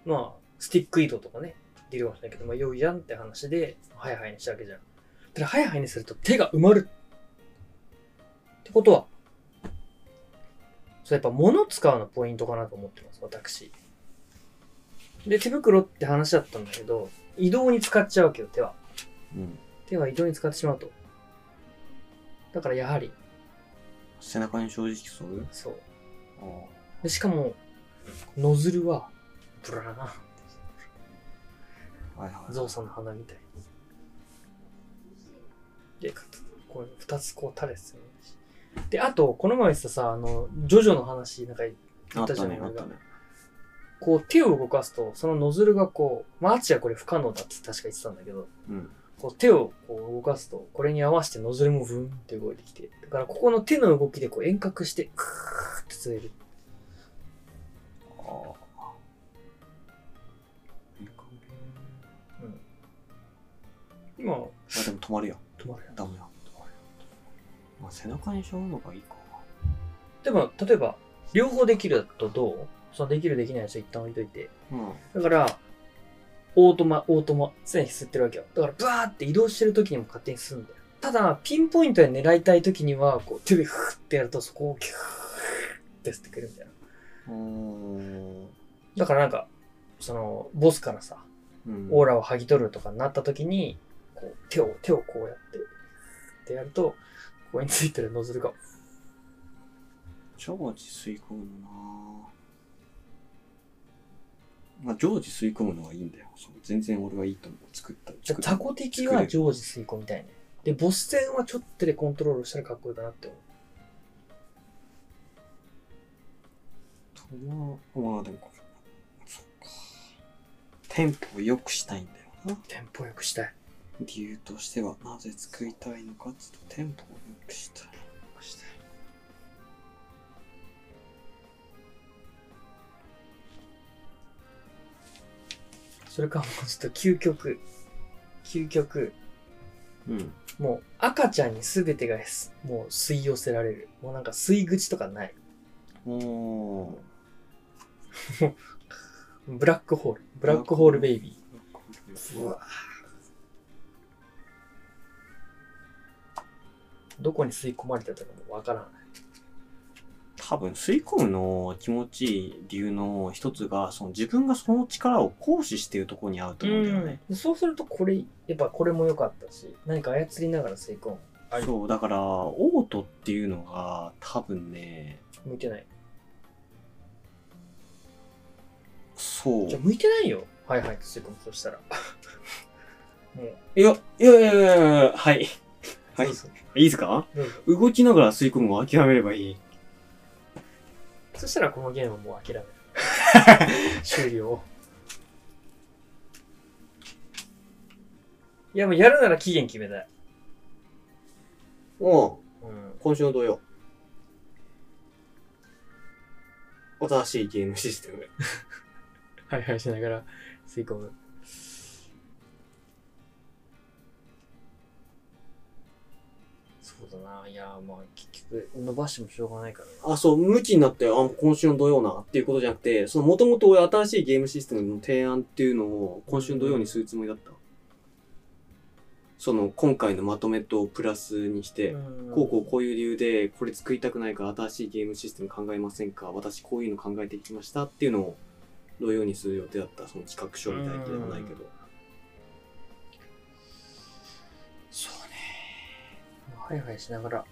Speaker 1: まあ、スティック移動とかね、できるかもしれないけど、まあ、よいやんって話で、ハイハイにしたわけじゃん。ただ、ハイハイにすると手が埋まる。ってことは、そうやっぱ物使うのポイントかなと思ってます、私。で、手袋って話だったんだけど、移動に使っちゃうわけよ、手は。
Speaker 2: うん。
Speaker 1: 手は移動に使ってしまうと。だからやはり、
Speaker 2: 背中に正直そういう
Speaker 1: そう。
Speaker 2: ああ。
Speaker 1: でしかも、ノズルは、ブラーン、
Speaker 2: はいはい。
Speaker 1: ゾウさんの鼻みたいに。で、かつこれ二つこう垂れてる。で、あと、この前言ってたさ、あの、ジョジョの話、なんか
Speaker 2: あ
Speaker 1: 言
Speaker 2: っ
Speaker 1: ったじ
Speaker 2: た
Speaker 1: ゃない
Speaker 2: ね、あ
Speaker 1: 俺
Speaker 2: った
Speaker 1: が
Speaker 2: ね。
Speaker 1: こう手を動かすと、そのノズルがこう、まあ、アーチはこれ不可能だって確か言ってたんだけど、
Speaker 2: うん。
Speaker 1: こう手をこう動かすと、これに合わせてノズルもブーンって動いてきて、だからここの手の動きでこう遠隔して、クーって釣れる。
Speaker 2: ああ。いいかも
Speaker 1: 今、
Speaker 2: あ、でも止まるよ。
Speaker 1: 止まるやん。
Speaker 2: ダメだ。まあ、背中にしょうのがいいか。
Speaker 1: でも、例えば、両方できるだとどうそのできるできないやつ一旦置いといて。
Speaker 2: うん。
Speaker 1: だから、オートマ、オートマ、常に吸ってるわけよ。だから、ブワーって移動してる時にも勝手に吸うんだよ。ただ、ピンポイントで狙いたい時には、こう、手でフーってやると、そこをキューって吸ってくるみたいな。
Speaker 2: うん。
Speaker 1: だからなんか、その、ボスからさ、オーラを剥ぎ取るとかになった時に、こう、手を、手をこうやって、ってやると、ここについてるノズルが、
Speaker 2: 常時吸い込むなまあ、常時吸い込むのはいいんだよ。そう全然俺はいいと思う。作った。
Speaker 1: じゃ
Speaker 2: 作
Speaker 1: あタコ的は常時吸い込みたいね。で、ボス戦はちょっとでコントロールしたらかっこいいかなって思う。
Speaker 2: とは、まあでもこれ、そっか。テンポを良くしたいんだよな。
Speaker 1: テンポよくしたい。
Speaker 2: 理由としては、なぜ作りたいのかっていうと、テンポを良くしたい。良くしたい
Speaker 1: それかもうちょっと究極、究極、
Speaker 2: うん。
Speaker 1: もう赤ちゃんに全てがすもう吸い寄せられる。もうなんか吸い口とかない。
Speaker 2: おー。
Speaker 1: ブラックホール。ブラックホールベイビー。うわどこに吸い込まれてたかもわからない。
Speaker 2: 多分吸い込むの気持ちいい理由の一つがその自分がその力を行使しているところにあると思うんだよね。
Speaker 1: うんそうするとこれやっぱこれも良かったし何か操りながら吸い込むはい
Speaker 2: そうだからオートっていうのが多分ね
Speaker 1: 向いてない
Speaker 2: そう
Speaker 1: じゃあ向いてないよはいはいと吸い込むそしたら <laughs> もう
Speaker 2: いやいやいやいやいや <laughs> はいはい
Speaker 1: どうぞ
Speaker 2: いいですか
Speaker 1: どうぞ
Speaker 2: 動きながら吸い込むを諦めればいい
Speaker 1: そしたらこのゲームはもう <laughs> 諦める終了いやもうやるなら期限決めたい、
Speaker 2: お
Speaker 1: うん、
Speaker 2: 今週の土曜新しいゲームシステム
Speaker 1: はいはいしながら吸い込むそそうだな。いや、まあ、結局、伸ばしてもしょうがないから
Speaker 2: あ、そう、無期になって、あ、今週の土曜な、っていうことじゃなくて、その、もともと俺新しいゲームシステムの提案っていうのを、今週の土曜にするつもりだった。その、今回のまとめとプラスにして、
Speaker 1: な。
Speaker 2: こうこうこういう理由で、これ作りたくないから新しいゲームシステム考えませんか私こういうの考えてきましたっていうのを、土曜にする予定だった、その企画書みたいなのではないけど。そうね。
Speaker 1: ハイハイしながら。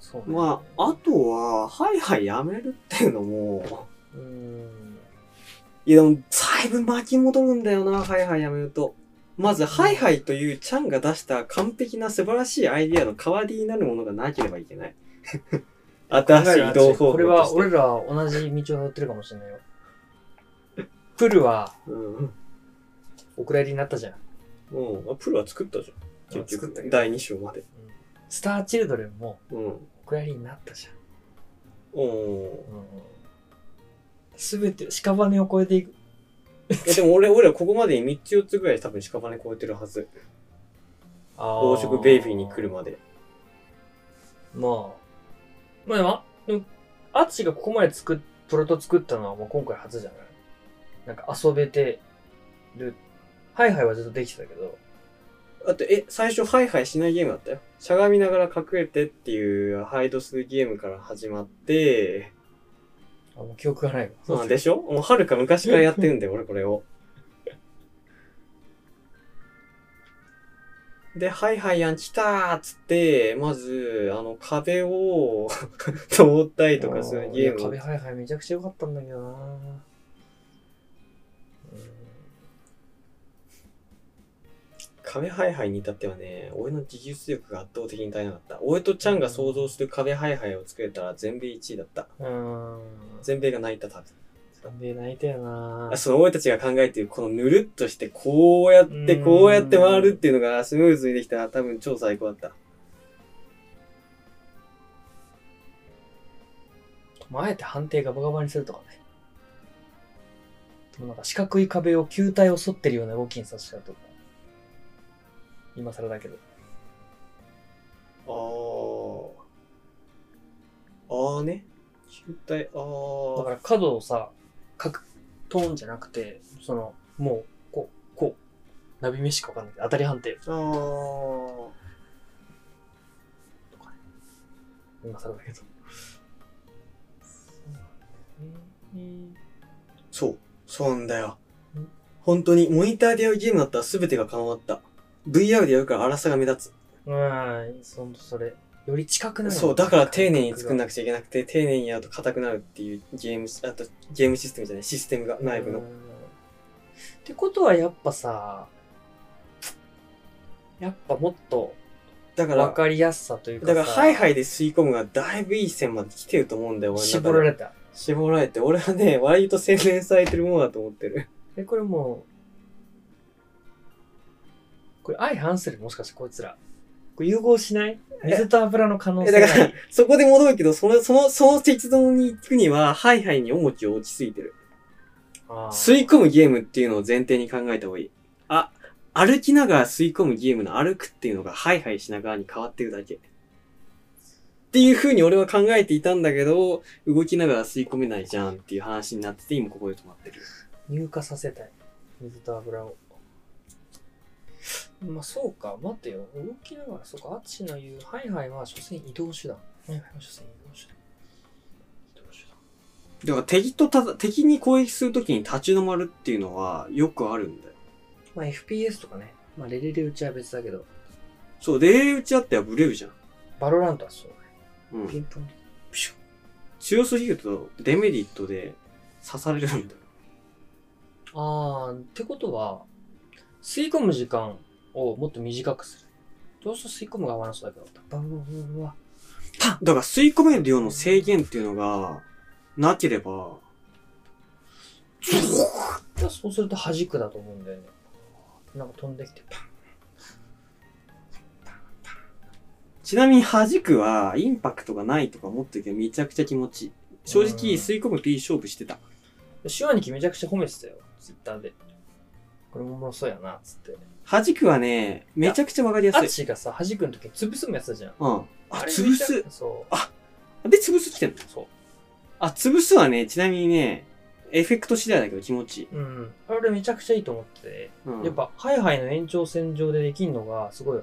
Speaker 1: そうね
Speaker 2: まあ、あとは、はいはいやめるっていうのも、
Speaker 1: うーん。
Speaker 2: いや、でも、だいぶ巻き戻るんだよな、ハイハイやめると。まず、ハイハイというチャンが出した完璧な素晴らしいアイディアの代わりになるものがなければい
Speaker 1: <laughs>
Speaker 2: けない。新しい移動方法として。
Speaker 1: これは、俺らは同じ道を通ってるかもしれないよ。プルは、
Speaker 2: うん。
Speaker 1: お蔵入りになったじゃん。
Speaker 2: うん。あ、プルは作ったじゃん。結
Speaker 1: 作った
Speaker 2: 局、
Speaker 1: けど
Speaker 2: 第2章まで。
Speaker 1: スターチルドレンも、
Speaker 2: うん。
Speaker 1: お蔵入りになったじゃん。
Speaker 2: うん。
Speaker 1: すべて屍を超えていく。
Speaker 2: え、でも俺、俺らここまでに3つ4つぐらい多分屍超えてるはず。暴食ベイビーに来るまで。
Speaker 1: まあ。まあでもあ、でもアーチがここまで作っ、プロト作ったのはもう今回初じゃないなんか遊べてる。ハイハイはずっとできてたけど。
Speaker 2: だって、え、最初、ハイハイしないゲームだったよ。しゃがみながら隠れてっていう、ハイドするゲームから始まって、
Speaker 1: あ、もう記憶がないわ。
Speaker 2: そうなんでしょもうはるか昔からやってる <laughs> んだよ、俺これを。で、はいはいやん、来たーっつって、まず、あの、壁を <laughs> 登ったりとかするゲー
Speaker 1: いや壁
Speaker 2: ムを。
Speaker 1: ハイハイめちゃくちゃ良かったんだけどな
Speaker 2: 壁はいはいに至ってはね、俺の技術力が圧倒的に足りなかった。俺とちゃんが想像する壁はいはいを作れたら全米1位だった。
Speaker 1: うーん。うーん。
Speaker 2: 全米が泣いた、多分。
Speaker 1: なんで泣いたよな
Speaker 2: あその俺たちが考えてる、このぬるっとして、こうやって、こうやって回るっていうのがスムーズにできたら多分超最高だった。
Speaker 1: あえて判定ガバガバにするとかね。でもなんか四角い壁を球体を反ってるような動きにさせたとか。今更だけど。
Speaker 2: あー。あーね。球体、あ
Speaker 1: だか
Speaker 2: ー。
Speaker 1: ら角をさ、かく、トーンじゃなくて、その、もう、こう、こう、ナビ目しかわかんないけど、当たり判定
Speaker 2: あー。
Speaker 1: とかね。今更だけど。
Speaker 2: そう。そうなんだよ
Speaker 1: ん。
Speaker 2: 本当に、モニターでやるゲームだったら全てが可能だった。VR でやるから荒さが目立
Speaker 1: うん、そんとそれ。より近くな
Speaker 2: つ。
Speaker 1: る。
Speaker 2: そう、だから丁寧に作んな
Speaker 1: く
Speaker 2: くちゃいけなくて、丁寧にやると硬くなるっていうゲームし、あと、ゲームシステムじゃない、システムが、内部の。
Speaker 1: ってことはやっぱさ、やっぱもっと
Speaker 2: だから
Speaker 1: 分、かりやすさというか
Speaker 2: だ
Speaker 1: さ、
Speaker 2: から、ハイハイで吸い込むがだいぶいい線まで来てると思うんだよ、俺の中で
Speaker 1: 絞られた。
Speaker 2: 絞られて。俺はね、割と洗練されてるものだと思ってる。
Speaker 1: え、これもう、これ相反するもしかしてこいつら。これ融合しない水と油の可能
Speaker 2: え
Speaker 1: 性
Speaker 2: だ
Speaker 1: ない
Speaker 2: から、そこで戻るけど、その、その、その鉄道に行くには、ハイハイに重きを落ちすぎてる。
Speaker 1: あー
Speaker 2: 吸い込むゲームっていうのを前提に考えた方がいい。あ、歩きながら吸い込むゲームの歩くっていうのがハイハイしながらに変わってるだけ。っていう風に俺は考えていたんだけど、動きながら吸い込めないじゃんっていう話になってて、今ここで止まってる。
Speaker 1: 乳化させたい。水と油を。まあそうか、待てよ。動きながら、そうか、アッチの言う、ハイハイは所詮移動手段。ハイハイは所詮移動手段。移動手段。
Speaker 2: だから敵とただ、敵に攻撃するときに立ち止まるっていうのはよくあるんだよ。
Speaker 1: まあ FPS とかね、まあレレレ打ちは別だけど、
Speaker 2: そう、霊打ちあってはブレるじゃん。
Speaker 1: バロラントはそうね。
Speaker 2: うん。
Speaker 1: ピンポン、プシュ
Speaker 2: 強すぎるとデメリットで刺されるんだよ。
Speaker 1: あー、ってことは、吸い込む時間をもっと短くする。どうせ吸い込む側の人だけど、バブバブバブバ
Speaker 2: だから吸い込める量の制限っていうのがなければ、
Speaker 1: ブブそうすると弾くだと思うんだよね。なんか飛んできて、パン。
Speaker 2: ちなみに弾くはインパクトがないとか持ってるけどめちゃくちゃ気持ちいい。正直
Speaker 1: うん
Speaker 2: 吸い込むといい勝負してた。
Speaker 1: シュワニキめちゃくちゃ褒めてたよ、ツイッターで。これもおもろそうやな、つって。
Speaker 2: 弾くはね、めちゃくちゃわかりや
Speaker 1: ア
Speaker 2: す
Speaker 1: ッ
Speaker 2: い。
Speaker 1: チがさ、弾くん時に潰すもやつだじゃん。
Speaker 2: うん。あ、
Speaker 1: れ
Speaker 2: 潰す。
Speaker 1: そう。
Speaker 2: で、潰すってんの
Speaker 1: そ
Speaker 2: あ、潰すはね、ちなみにね、エフェクト次第だけど気持ちいい。
Speaker 1: う。うん。あれめちゃくちゃいいと思ってて。
Speaker 2: うん、
Speaker 1: やっ、ぱ、ハイハイの延長線上でできるのが、すごい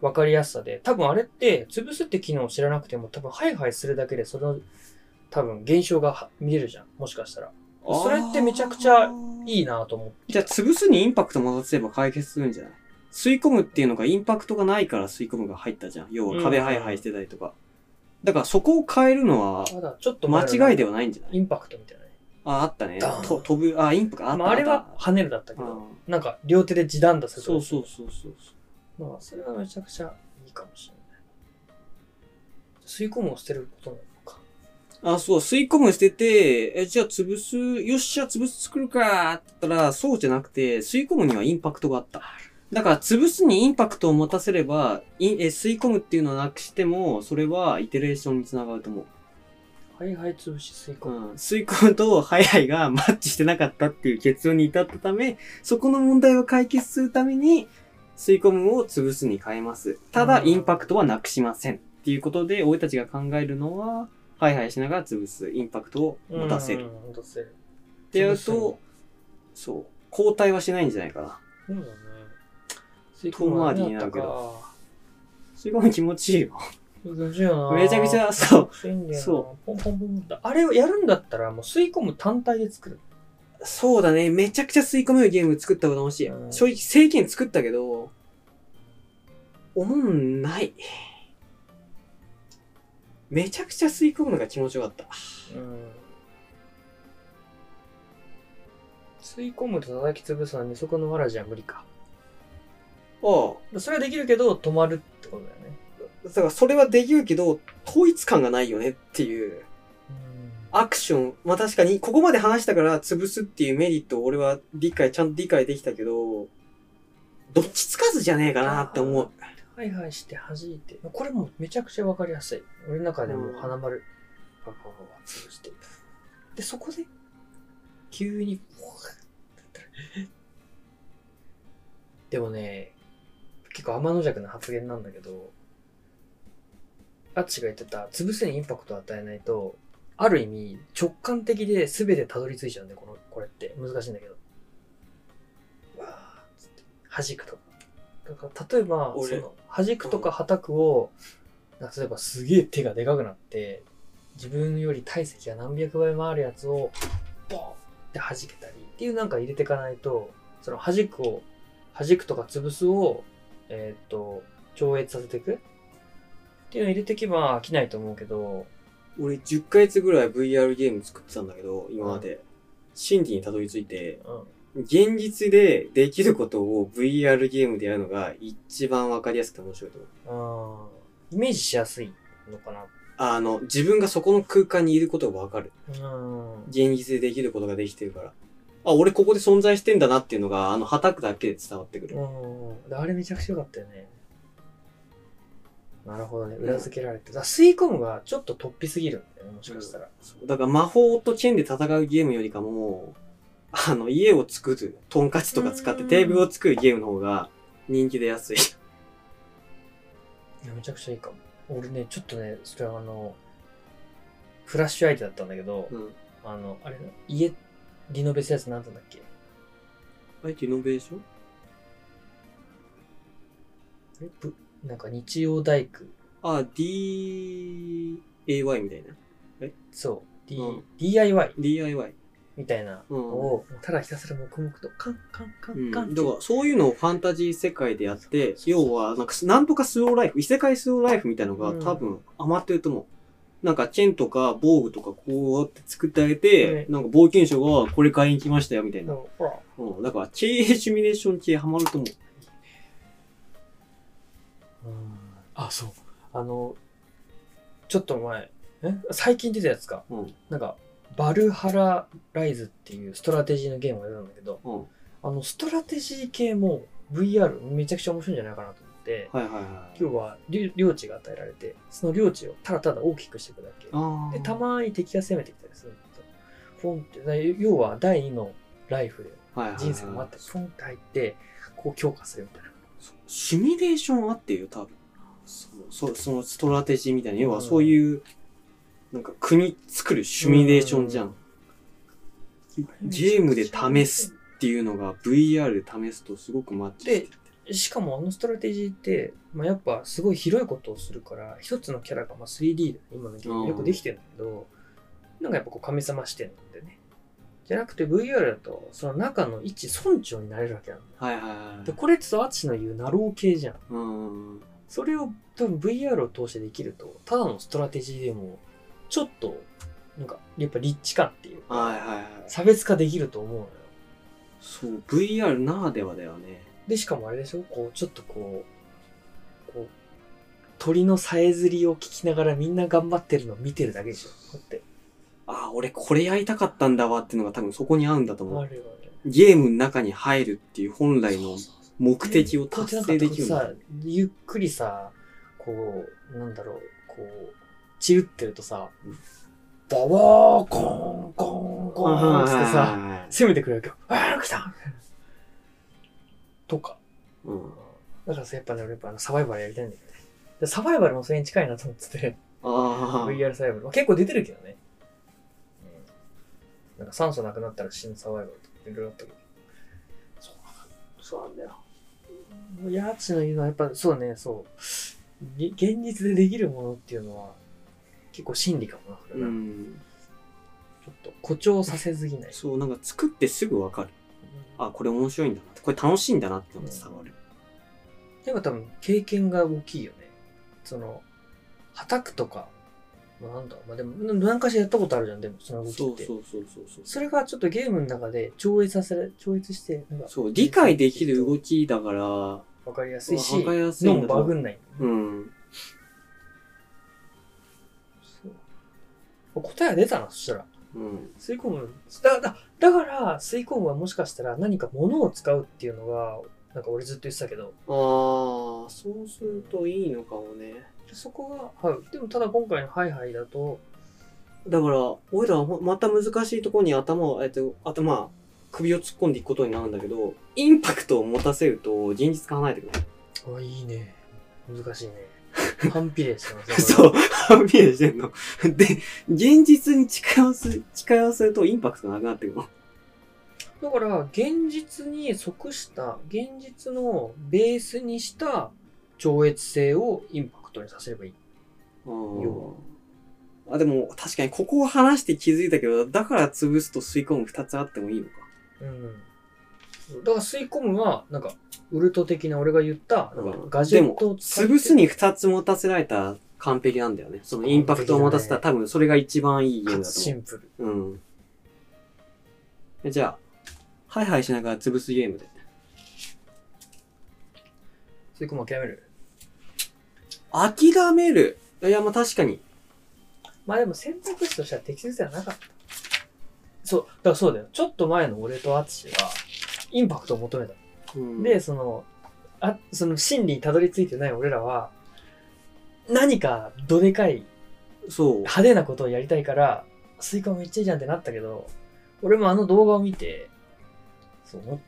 Speaker 1: 分かりやすさで、多分あれって、潰すって機能を知らなくても、多分ハイハイするだけで、その、多分現象がは見れるじゃん。もしかしたら。それってめちゃくちゃい
Speaker 2: い。
Speaker 1: いなと思って。
Speaker 2: じゃあ、潰すにインパクト戻せば解決するんじゃない吸い込むっていうのがインパクトがないから吸い込むが入ったじゃん。要は壁ハイハイしてたりとか。だからそこを変えるのは
Speaker 1: ただ、ちょっと前の
Speaker 2: 間違いではないんじゃない
Speaker 1: インパクトみたいなね。
Speaker 2: あ、あったね。
Speaker 1: ダーン
Speaker 2: と飛ぶ、あ、インパクトあった。
Speaker 1: まあ、あれ
Speaker 2: っ
Speaker 1: は
Speaker 2: た
Speaker 1: 跳ねるだったけ
Speaker 2: う
Speaker 1: ど、
Speaker 2: ん
Speaker 1: なんか両手で時短だする
Speaker 2: そうそうそうそう。
Speaker 1: う。まあ、それはめちゃくちゃいいかもしれない。吸い込むを捨てることなのか。
Speaker 2: あ、そう、吸い込む捨てて、え、じゃあ潰す、よっしゃ、潰す作るかって言ったら、そうじゃなくて、吸い込むにはインパクトがあった。だから、潰すにインパクトを持たせれば、いえ吸い込むっていうのをなくしても、それはイテレーションにつながると思う。
Speaker 1: ハイハイ潰し吸い込
Speaker 2: う
Speaker 1: む。
Speaker 2: ん、吸い込むと、ハイハイがマッチしてなかったっていう結論に至ったため、そこの問題を解決するために、吸い込むを潰すに変えます。ただ、
Speaker 1: うん
Speaker 2: インパクトはなくしません。っていうことで、俺たちが考えるのは、ハイハイしながら潰す、インパクトを持たせる。
Speaker 1: うん。持たせる。
Speaker 2: ってやる
Speaker 1: 潰すに
Speaker 2: と、そう、交代はしないんじゃないかな。
Speaker 1: そうだね。吸い
Speaker 2: 遠回りになるけ
Speaker 1: ど。
Speaker 2: 吸い込む気持ちいいよ。
Speaker 1: 難しいよな。
Speaker 2: めちゃくちゃ、そう、
Speaker 1: 吸いんだよな。
Speaker 2: そ
Speaker 1: ポンポンポンポン。あれをやるんだったら、もう吸い込む単体で作る。
Speaker 2: そうだね。めちゃくちゃ吸い込めるゲーム作った方が楽しい。
Speaker 1: うん
Speaker 2: 正直、制限作ったけど、思んない。めちゃくちゃ吸い込むのが気持ちよかった。
Speaker 1: うん。吸い込むと叩き潰すのは二足のわらじは無理か。
Speaker 2: あ
Speaker 1: それはできるけど、止まるってことだよね。
Speaker 2: あ。だから、それはできるけど、統一感がないよねっていう。アクション、まあ確かに、ここまで話したから潰すっていうメリットを俺は理解、ちゃんと理解できたけど、どっちつかずじゃねえかなって思う。
Speaker 1: はいはいして弾いて。これもめちゃくちゃわかりやすい。俺の中でもう花丸、パパパパ潰して。で、そこで、急に、ポワーってなったらでもね、結構天の弱な発言なんだけど、あっちが言ってた、潰すにインパクトを与えないと、ある意味直感的で全てたどり着いちゃうんで、この、これって難しいんだけど。わーっつって、弾くとか。だから例えば、そ
Speaker 2: 俺
Speaker 1: の弾くとか叩くを、なんか例えばすげえ手がでかくなって、自分より体積が何百倍もあるやつを、ボーンって弾けたりっていうなんか入れていかないと、その弾くを、弾くとか潰すを、えーっと、超越させていくっていうのを入れていけば飽きないと思うけど、
Speaker 2: 俺、10ヶ月ぐらい VR ゲーム作ってたんだけど、今まで。真理にたどり着いて、
Speaker 1: うん、
Speaker 2: 現実でできることを VR ゲームでやるのが一番わかりやすくて面白いと思う。
Speaker 1: あーイメージしやすいのかな。
Speaker 2: あの、自分がそこの空間にいることがわかる。
Speaker 1: うん。
Speaker 2: 現実でできることができてるから。あ、俺ここで存在してんだなっていうのが、あの、叩くだけで伝わってくる。
Speaker 1: うん。あれめちゃくちゃ良かったよね。なるほどね。裏付けられて。だから吸い込むがちょっと突飛すぎるんだよね、もしかしたら。
Speaker 2: そうだから魔法と剣で戦うゲームよりかも、あの、家を作る、トンカチとか使って
Speaker 1: うん
Speaker 2: テーブルを作るゲームの方が人気で安い。
Speaker 1: いや、めちゃくちゃいいかも。俺ね、ちょっとね、それはあの、フラッシュアイテだったんだけど、
Speaker 2: うん。
Speaker 1: あの、あれ、家、リノベしたやつなんだっけ
Speaker 2: あえてリノベーション
Speaker 1: えぶなんか日曜大工。
Speaker 2: あ、D、AY みたいな。
Speaker 1: そう。D
Speaker 2: うん
Speaker 1: DIY
Speaker 2: DIY。
Speaker 1: みたいなのを、ただひたすら黙々とカンカンカ
Speaker 2: う
Speaker 1: ン
Speaker 2: ん。
Speaker 1: カ
Speaker 2: だ
Speaker 1: ン
Speaker 2: か
Speaker 1: って
Speaker 2: ら、そういうのをファンタジー世界でやって、要は、なんか、なんとかスローライフ、異世界スローライフみたいなのが
Speaker 1: うん
Speaker 2: 多分余ってると思う。なんか、チェーンとか防具とかこうやって作ってあげて、
Speaker 1: う
Speaker 2: なんか冒険者がこれ買いに来ましたよみたいな。
Speaker 1: そうほら
Speaker 2: うん、だから経営シミュレーション系ハマると思う。
Speaker 1: あ、そう。あの、ちょっと前、え最近出たやつか。
Speaker 2: うん、
Speaker 1: なんか、バルハラライズっていうストラテジーのゲームをやるんだけど、
Speaker 2: うん。
Speaker 1: あの、ストラテジー系も VR めちゃくちゃ面白いんじゃないかなと思って、
Speaker 2: はいはいはい。
Speaker 1: 今日はり領地が与えられて、その領地をただただ大きくしていくだけ。
Speaker 2: あー
Speaker 1: で、たまに敵が攻めてきたりするんだけど、ポンって、だ要は第二のライフで
Speaker 2: はいはいはい
Speaker 1: 人生が待って、ポンって入って、こう強化するみたいな。
Speaker 2: シミュレーションあってよ、多分。そのそそのストラテジーみたいな、要はそういう、なんか国作るシミュレーションじゃん。ゲームで試すっていうのが VR で試すとすごくマッチしてて
Speaker 1: しかもあのストラテジーって、まあ、やっぱすごい広いことをするから一つのキャラがまあ 3D で今のゲー
Speaker 2: うん
Speaker 1: ムよくできてるんだけどなんかやっぱこう神様視点なんでねじゃなくて VR だとその中の一村長になれるわけなんだよ
Speaker 2: はいはいはい
Speaker 1: で。これってアチの言うナロー系じゃん
Speaker 2: うん。
Speaker 1: それを多分 VR を通してできるとただのストラテジーでもちょっとなんかやっぱリッチ感っていうか
Speaker 2: はいはいはい。
Speaker 1: 差別化できると思うのよ
Speaker 2: そう、VR ならではだよね。
Speaker 1: でしかもあれでしょこうちょっとこうこう鳥のさえずりを聞きながらみんな頑張ってるのを見てるだけでしょだって
Speaker 2: ああ、俺これやりたかったんだわっていうのが多分そこに合うんだと思
Speaker 1: あ
Speaker 2: う。
Speaker 1: るよね
Speaker 2: ゲームの中に入るっていう本来
Speaker 1: そ
Speaker 2: の
Speaker 1: うそうそう
Speaker 2: 目的を達成できるん
Speaker 1: こうや
Speaker 2: だ
Speaker 1: ってなんかさゆっくりさこうなんだろうこうチルってるとさバワーコーンコーンコーンっつってさ
Speaker 2: はい
Speaker 1: 攻めてくるわけよああ来たとか
Speaker 2: うん
Speaker 1: だからさやっぱね俺やっぱあのサバイバルやりたいんだよねでサバイバルもそれに近いなと思ってて
Speaker 2: ああ。
Speaker 1: VR サバイバル、まあ、結構出てるけどね、うん、なんか酸素なくなったら死ぬサバイバルとかいろいろあったけどそうそうなんだよ家賃の言うのはやっぱそうねそうげ現実でできるものっていうのは結構真理かもなそれ
Speaker 2: う
Speaker 1: な、
Speaker 2: ん。
Speaker 1: ちょっと誇張させすぎない、
Speaker 2: そう、なんか作ってすぐわかる。あ、これ面白いんだなって。これ楽しいんだなってのが伝わる。
Speaker 1: でも多分経験が大きいよねそのはたくとか、まあ、なんだまあでも何かしらやったことあるじゃんでもその動きって
Speaker 2: そうそうそうそうそう。
Speaker 1: それがちょっとゲームの中で超越させる、超越して、なんか、
Speaker 2: そう、理解できる動きだから、わ
Speaker 1: わかりやすいし、
Speaker 2: かりやすい
Speaker 1: 脳
Speaker 2: ん
Speaker 1: も
Speaker 2: だ
Speaker 1: バ
Speaker 2: と
Speaker 1: グ
Speaker 2: 思
Speaker 1: んない。
Speaker 2: う。うん。
Speaker 1: そう答えは出たな、そしたら。
Speaker 2: うん。
Speaker 1: 吸い込む。だだだから、吸い込むはもしかしたら何か物を使うっていうのが、なんか俺ずっと言ってたけど、
Speaker 2: ああ、そうするといいのかもね。
Speaker 1: そこが、はい。でもただ今回のハイハイだと、
Speaker 2: だから、俺らはほまた難しいところに頭を、えっと、頭、首を突っ込んでいくことになるんだけど、インパクトを持たせると現実感離れてくる。
Speaker 1: あ、いいね。難
Speaker 2: <laughs>
Speaker 1: しいね。反比例してます
Speaker 2: そう、半ビレしてんの。で、現実に近寄せ、近寄せるとインパクトがなくなってくるの。
Speaker 1: だから、現実に即した、現実のベースにした超越性をインパクトにさせればいい。要
Speaker 2: あでも、確かにここを話して気づいたけど、だから潰すと吸い込む二つあってもいいのか。
Speaker 1: うん。だから吸い込むは、なんか、ウルト的な俺が言った、なんか
Speaker 2: うん
Speaker 1: ガジェットを使って
Speaker 2: 潰すに二つ持たせられたら完璧なんだよね。そのインパクトを持たせたら多分それが一番いいゲー
Speaker 1: か
Speaker 2: ムだ
Speaker 1: つ
Speaker 2: と思う
Speaker 1: シ。ンプル。
Speaker 2: うん。えじゃあ、ハイハイしながら潰すゲームで。
Speaker 1: 吸い込む諦める。
Speaker 2: 諦めるいや、まあ確かに。
Speaker 1: まあでも選択肢としては適切ではなかった。そう、だからそうだよ。ちょっと前の俺とアツシは、インパクトを求めた。
Speaker 2: うん
Speaker 1: で、、その、あその真理にたどり着いてない俺らは、何かどでかい
Speaker 2: そう。
Speaker 1: 派手なことをやりたいから、スイカめっちゃいいじゃんってなったけど、俺もあの動画を見て、そう思っ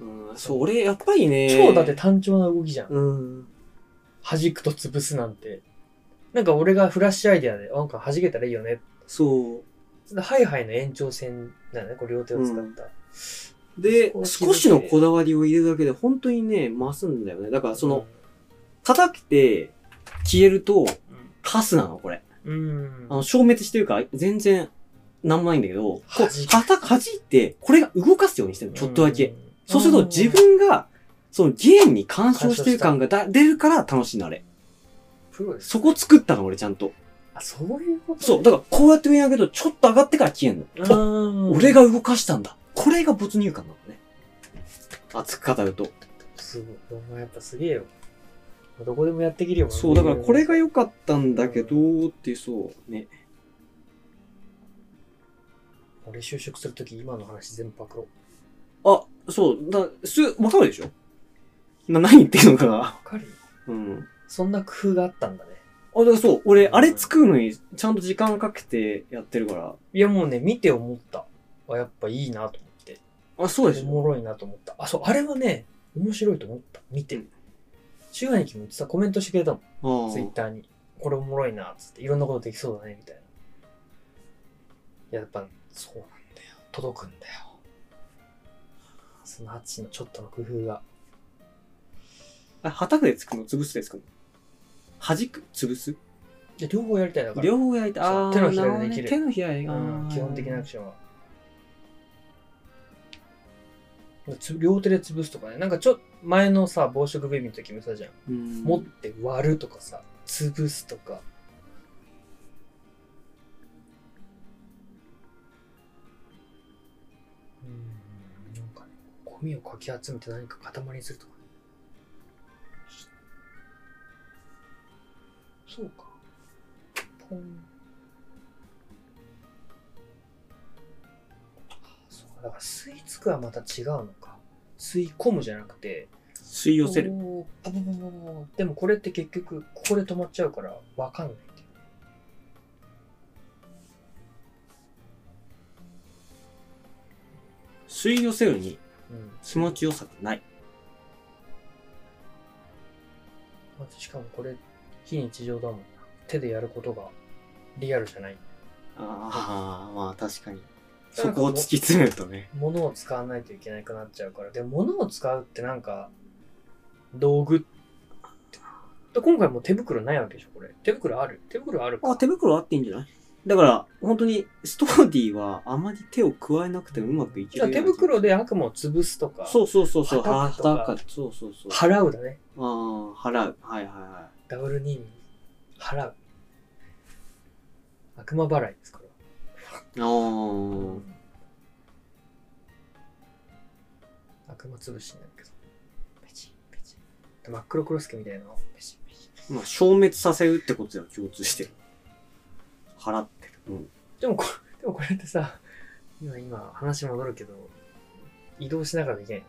Speaker 2: うん、そう、俺、やっぱりね。
Speaker 1: 超だって。単調な動きじゃん。
Speaker 2: うん。
Speaker 1: 弾くと潰すなんて。なんか俺がフラッシュアイデアで、なんか弾けたらいいよね。
Speaker 2: そ
Speaker 1: ハイハイの延長線だよね、こう両手を使った。
Speaker 2: う。で、
Speaker 1: そこ
Speaker 2: 少
Speaker 1: は
Speaker 2: し
Speaker 1: 気
Speaker 2: の
Speaker 1: づいて
Speaker 2: こだわりを入れるだけで、本当にね、増すんだよね。だから、その、、叩けて、消えると、カスなの、これ。
Speaker 1: うん。
Speaker 2: あの、消滅してるから、全然、なんもないんだけど、こう、
Speaker 1: 弾く
Speaker 2: 叩、弾いて、これが動かすようにしてるの、ちょっとだけ。
Speaker 1: ん。
Speaker 2: そうすると自分が、そのゲームに干渉してる感がだ出るから楽しいの、あれ。
Speaker 1: プロです。
Speaker 2: そこ作ったの、俺ちゃんと。
Speaker 1: あ、そういうこと
Speaker 2: そう、だからこうやって上に上げると、ちょっと上がってから消えん
Speaker 1: う
Speaker 2: の。あ
Speaker 1: ん。
Speaker 2: 俺が動かしたんだ。これが没入感なのね。熱く語ると。
Speaker 1: すごい。お前やっぱすげえよ。どこでもやってきるよ。
Speaker 2: そう、だからこれが
Speaker 1: よ。
Speaker 2: 良かったんだけど、ってそう、ね。
Speaker 1: 俺就職するとき今の話全部パクろう。
Speaker 2: あ、そう、だ、す、わかるでしょな、 <laughs> 何言ってるのかが。
Speaker 1: わかるよ
Speaker 2: うん。
Speaker 1: そんな工夫があったんだね。
Speaker 2: あ、だからそう、俺、あれ作るのに、ちゃんと時間かけてやってるから。
Speaker 1: いやもうね、見て思った。あ、やっぱいいなと思って。
Speaker 2: あ、そうでし
Speaker 1: お
Speaker 2: ょ
Speaker 1: もろいなと思った。あ、そう、あれはね、面白いと思った。見て。
Speaker 2: うん
Speaker 1: シュガニキも言ってさ、コメントしてくれたも
Speaker 2: うん
Speaker 1: ん、ツイッターに。これおもろいな、つって、いろんなことできそうだね、みたいな。やっぱ、そうなんだよ。届くんだよ。そのハッチのちょっとの工夫が。
Speaker 2: あ、はたくでつくの潰すでつくの弾く潰す
Speaker 1: で、両方やりたいだから。
Speaker 2: 両方焼いて、
Speaker 1: そう
Speaker 2: あー
Speaker 1: 手のひらで
Speaker 2: なほどね
Speaker 1: できる
Speaker 2: 手のひらで、あ
Speaker 1: うん
Speaker 2: ー
Speaker 1: 基本的なアクションは。つ両手で潰すとかね。なんかちょ、前のさ、暴食ベビーの時もさじゃん。
Speaker 2: うん
Speaker 1: 持って割るとかさ、潰すとか。うん、なんかね、ゴミをかき集めて何か塊にするとかね。そうか。ポン。あそうかだから吸い付くはまた違うのか。吸い込むじゃなくて、
Speaker 2: 吸い寄せる。
Speaker 1: おーパパパパパパでもこれって結局ここで止まっちゃうから分かんないっていう
Speaker 2: 吸い寄せるに
Speaker 1: うん
Speaker 2: 気持ちよさがない。
Speaker 1: まあしかもこれ非日常だもんな手でやることがリアルじゃない
Speaker 2: ああ、まあ確かに。
Speaker 1: そこを突き
Speaker 2: 詰めるとね。
Speaker 1: 物を使わないといけなくなっちゃうからでも物を使うってなんか道具で今回もう手袋ないわけでしょこれ手袋ある手袋あるか
Speaker 2: あ、手袋あっていいんじゃないだから、本当に、ストーディーはあまり手を加えなくてもうまくいけ
Speaker 1: じゃ
Speaker 2: る
Speaker 1: あ
Speaker 2: ような
Speaker 1: 手袋で悪魔を潰すとか
Speaker 2: そうそうそうそう。
Speaker 1: 叩くとか
Speaker 2: 叩くそうそうそう。
Speaker 1: 払うだね
Speaker 2: ああ、払う。はいはいは
Speaker 1: ダブル任務払う悪魔払いですから
Speaker 2: い。ああ。
Speaker 1: 悪魔つぶしになるけど。ペチペチ。で真っ黒クロスケみたいなのをペチペチ。
Speaker 2: まあ、消滅させるってことでは共通してる。払ってる。うん。
Speaker 1: でもこでもこれってさ、今今話戻るけど、移動しながらできない。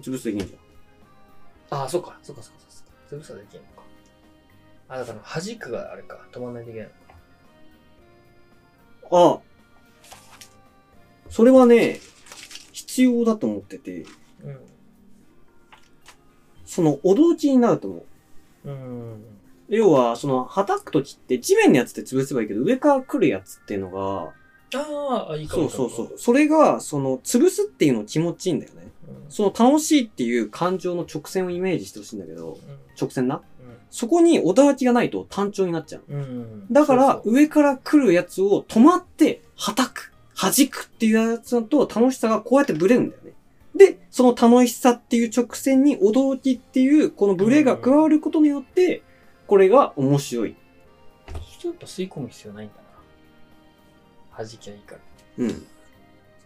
Speaker 2: 潰すできんじ
Speaker 1: ああ、そっか、そっかそっかそっか。つぶさできないのか。あ、だから弾くがあれか、止まんないといけないのか。
Speaker 2: ゃん。ああ。それはね、必要だと思ってて、その、驚きになると思う。
Speaker 1: うん。うん。
Speaker 2: 要は、その、叩くときって、地面のやつって潰せばいいけど、上から来るやつっていうのが、
Speaker 1: ああ、いいか
Speaker 2: そ
Speaker 1: も
Speaker 2: うそう
Speaker 1: い
Speaker 2: そ
Speaker 1: いかも
Speaker 2: う。それが、その、潰すっていうの気持ちいいんだよね。
Speaker 1: うん
Speaker 2: その、楽しいっていう感情の直線をイメージしてほしいんだけど、直線な。
Speaker 1: う
Speaker 2: そこに驚きがないと単調になっちゃう。
Speaker 1: ん。うん。
Speaker 2: だから、
Speaker 1: そう
Speaker 2: 上から来るやつを止まって、叩く、弾くっていうやつと楽しさがこうやってブレるんだよね。で、その楽しさっていう直線に驚きっていう、このブレが加わることによって、これが面白い。
Speaker 1: そうそれやっぱ吸い込む必要ないんだな。弾きゃいいから。
Speaker 2: うん。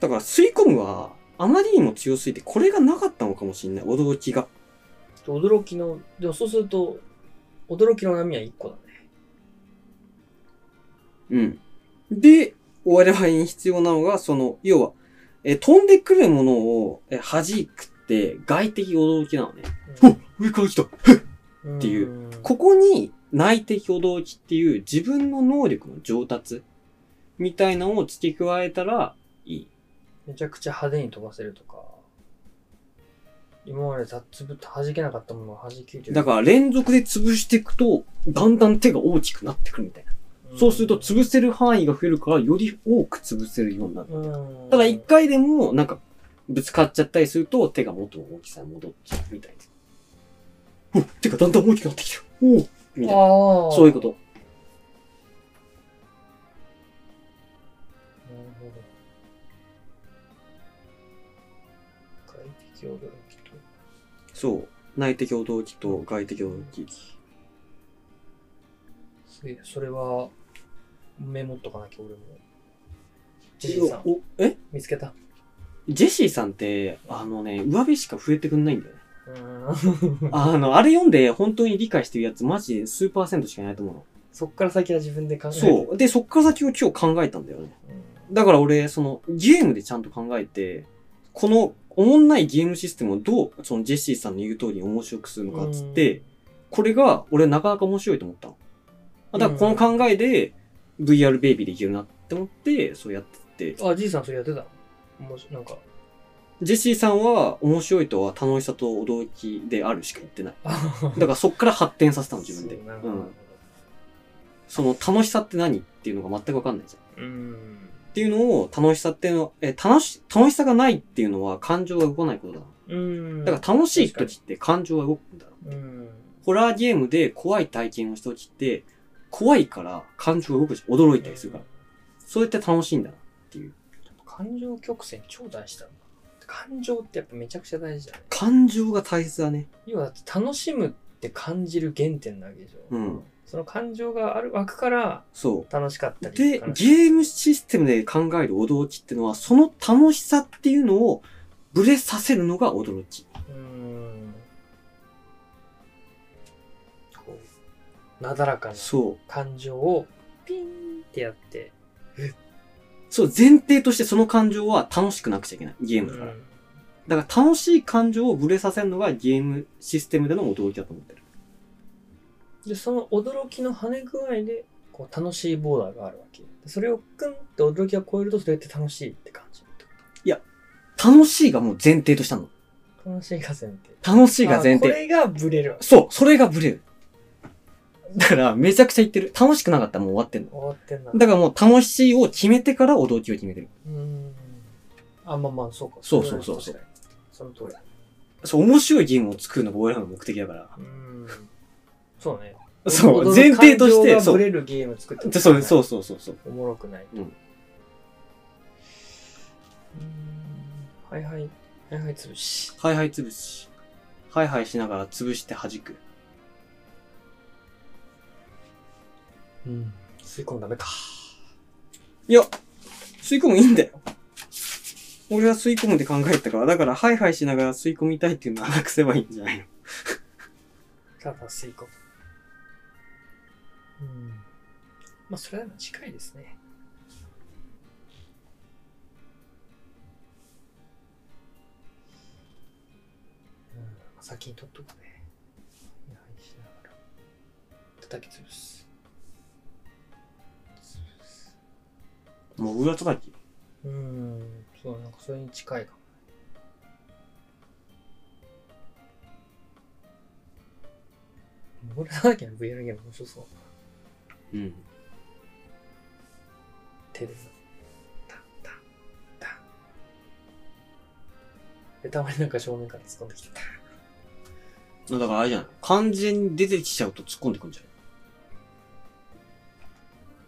Speaker 2: だから、吸い込むは、あまりにも強すぎて、これがなかったのかもしれない。驚きが。
Speaker 1: 驚きの、でもそうすると、驚きの波は1個だね。
Speaker 2: うん。で、我々に必要なのが、その、要は、えー飛んでくるものをえー弾くって、外的驚きなのね。上から来た
Speaker 1: って
Speaker 2: いう
Speaker 1: う
Speaker 2: ここに内的驚きっていう自分の能力の上達みたいなのを付け加えたらいい。
Speaker 1: めちゃくちゃ派手に飛ばせるとか、今までたつぶって弾けなかったものを弾ける。
Speaker 2: だから連続で潰していくと、だんだん手が大きくなってくるみたいな。
Speaker 1: ん
Speaker 2: そうすると潰せる範囲が増えるから、より多く潰せるようになる。
Speaker 1: うん
Speaker 2: ただ一回でも、なんか、ぶつかっちゃったりすると、手が元の大きさに戻っちゃうみたいな。お手がだんだん大きくなってきてる。おおみたいな。
Speaker 1: ああ。
Speaker 2: そういうこと。。
Speaker 1: なるほど。快適驚きと。
Speaker 2: そう。内的驚きと外的驚き。
Speaker 1: すげえ、それは、メモっとかなきゃ俺も。ジェシーさん、
Speaker 2: おえ
Speaker 1: 見つけた。
Speaker 2: ジェシーさんって、あのね、上辺しか増えてくんないんだよね。
Speaker 1: うーん <laughs>
Speaker 2: あの、あれ読んで本当に理解してるやつ、マジで数パーセントしかいないと思うの。
Speaker 1: そっから先は自分で考えて。
Speaker 2: そう。で、そっから先を今日考えたんだよね。
Speaker 1: うん。
Speaker 2: だから俺、その、ゲームでちゃんと考えて、この、おもんないゲームシステムをどう、そのジェシーさんの言う通りに面白くするのかっつって、これが俺なかなか面白いと思ったの。あだからこの考えで、VR ベイビーでいけるなって思って、そうやってて、
Speaker 1: あ、じいさんそれやってたのもし、なんか。
Speaker 2: ジェシーさんは面白いとは楽しさと驚きであるしか言ってない。
Speaker 1: あ
Speaker 2: だからそっから発展させ
Speaker 1: <laughs>
Speaker 2: たの自分で。
Speaker 1: そうなるほ
Speaker 2: う
Speaker 1: ど
Speaker 2: ん。その楽しさって何っていうのが全くわかんないじゃん。
Speaker 1: うーん
Speaker 2: っていうのを楽しさっていうのえ、楽し、楽しさがないっていうのは感情が動かないことだ。
Speaker 1: うーん
Speaker 2: だから楽しい時って感情が動くんだろ。
Speaker 1: うん
Speaker 2: ホラーゲームで怖い体験をした時って、怖いから感情が動くし、驚いたりするから。そうやって楽しいんだな。
Speaker 1: 感情曲線超大事だな感情ってやっぱめちゃくちゃ大事だね
Speaker 2: 感情が大切だね。
Speaker 1: 要はだって楽しむって感じる原点なわけでしょ、
Speaker 2: うん
Speaker 1: その感情がある枠から
Speaker 2: そう。
Speaker 1: 楽しかったり
Speaker 2: で、
Speaker 1: 悲し
Speaker 2: ゲームシステムで考える驚きってのは、その楽しさっていうのをブレさせるのが驚き。
Speaker 1: うーんこうなだらかな
Speaker 2: そう。
Speaker 1: 感情をピンってやって
Speaker 2: そう、前提としてその感情は楽しくなくちゃいけない。ゲームだから。
Speaker 1: うん
Speaker 2: だから楽しい感情をブレさせるのがゲームシステムでの驚きだと思ってる。
Speaker 1: でその驚きの跳ね具合でこう楽しいボーダーがあるわけでそれをクンって驚きが超えるとそれって楽しいって感じるってこ
Speaker 2: 楽しいがもう前提としたの。
Speaker 1: と楽しいが前提
Speaker 2: 楽しいが前
Speaker 1: あこ
Speaker 2: 提。
Speaker 1: れがブレる
Speaker 2: そう、それがブレる。だから、めちゃくちゃ言ってる。楽しくなかったらもう終わってんの。
Speaker 1: 終わってんな
Speaker 2: だからもう楽しいを決めてから驚きを決めてる。
Speaker 1: うーんあまあまあそうか
Speaker 2: そうそうそうそう
Speaker 1: れは確かにその通りだ
Speaker 2: そう、面白いゲームを作るのが俺らの目的だから。
Speaker 1: うーんそうね
Speaker 2: そう、前提として、
Speaker 1: そ
Speaker 2: そう
Speaker 1: ブ
Speaker 2: う。
Speaker 1: レるゲーム作って
Speaker 2: そう、そううそうそうそう。
Speaker 1: おもろくない、
Speaker 2: うん
Speaker 1: うーんはいはいはいはい潰し
Speaker 2: はいはい潰し。はいはいしながら潰して弾く。
Speaker 1: うん吸い込んだめか
Speaker 2: いや、吸い込むいいんだよ。俺は吸い込むって考えてたから、だから、はいはいしながら吸い込みたいっていうのはなくせばいいんじゃないの
Speaker 1: ただ吸い込むうんまあそれは近いですねうん先に取っとくねはいはいしながら叩き潰す潰す
Speaker 2: もう裏叩き。
Speaker 1: うーん、そう、なんかそれに近いかも。モグラだらけの VR ゲーム面白そう。
Speaker 2: うん。
Speaker 1: 手で。タンタンタン。で、たまになんか正面から突っ込んできてた。
Speaker 2: だからあれじゃない完全に出てきちゃうと突っ込んでくんじゃ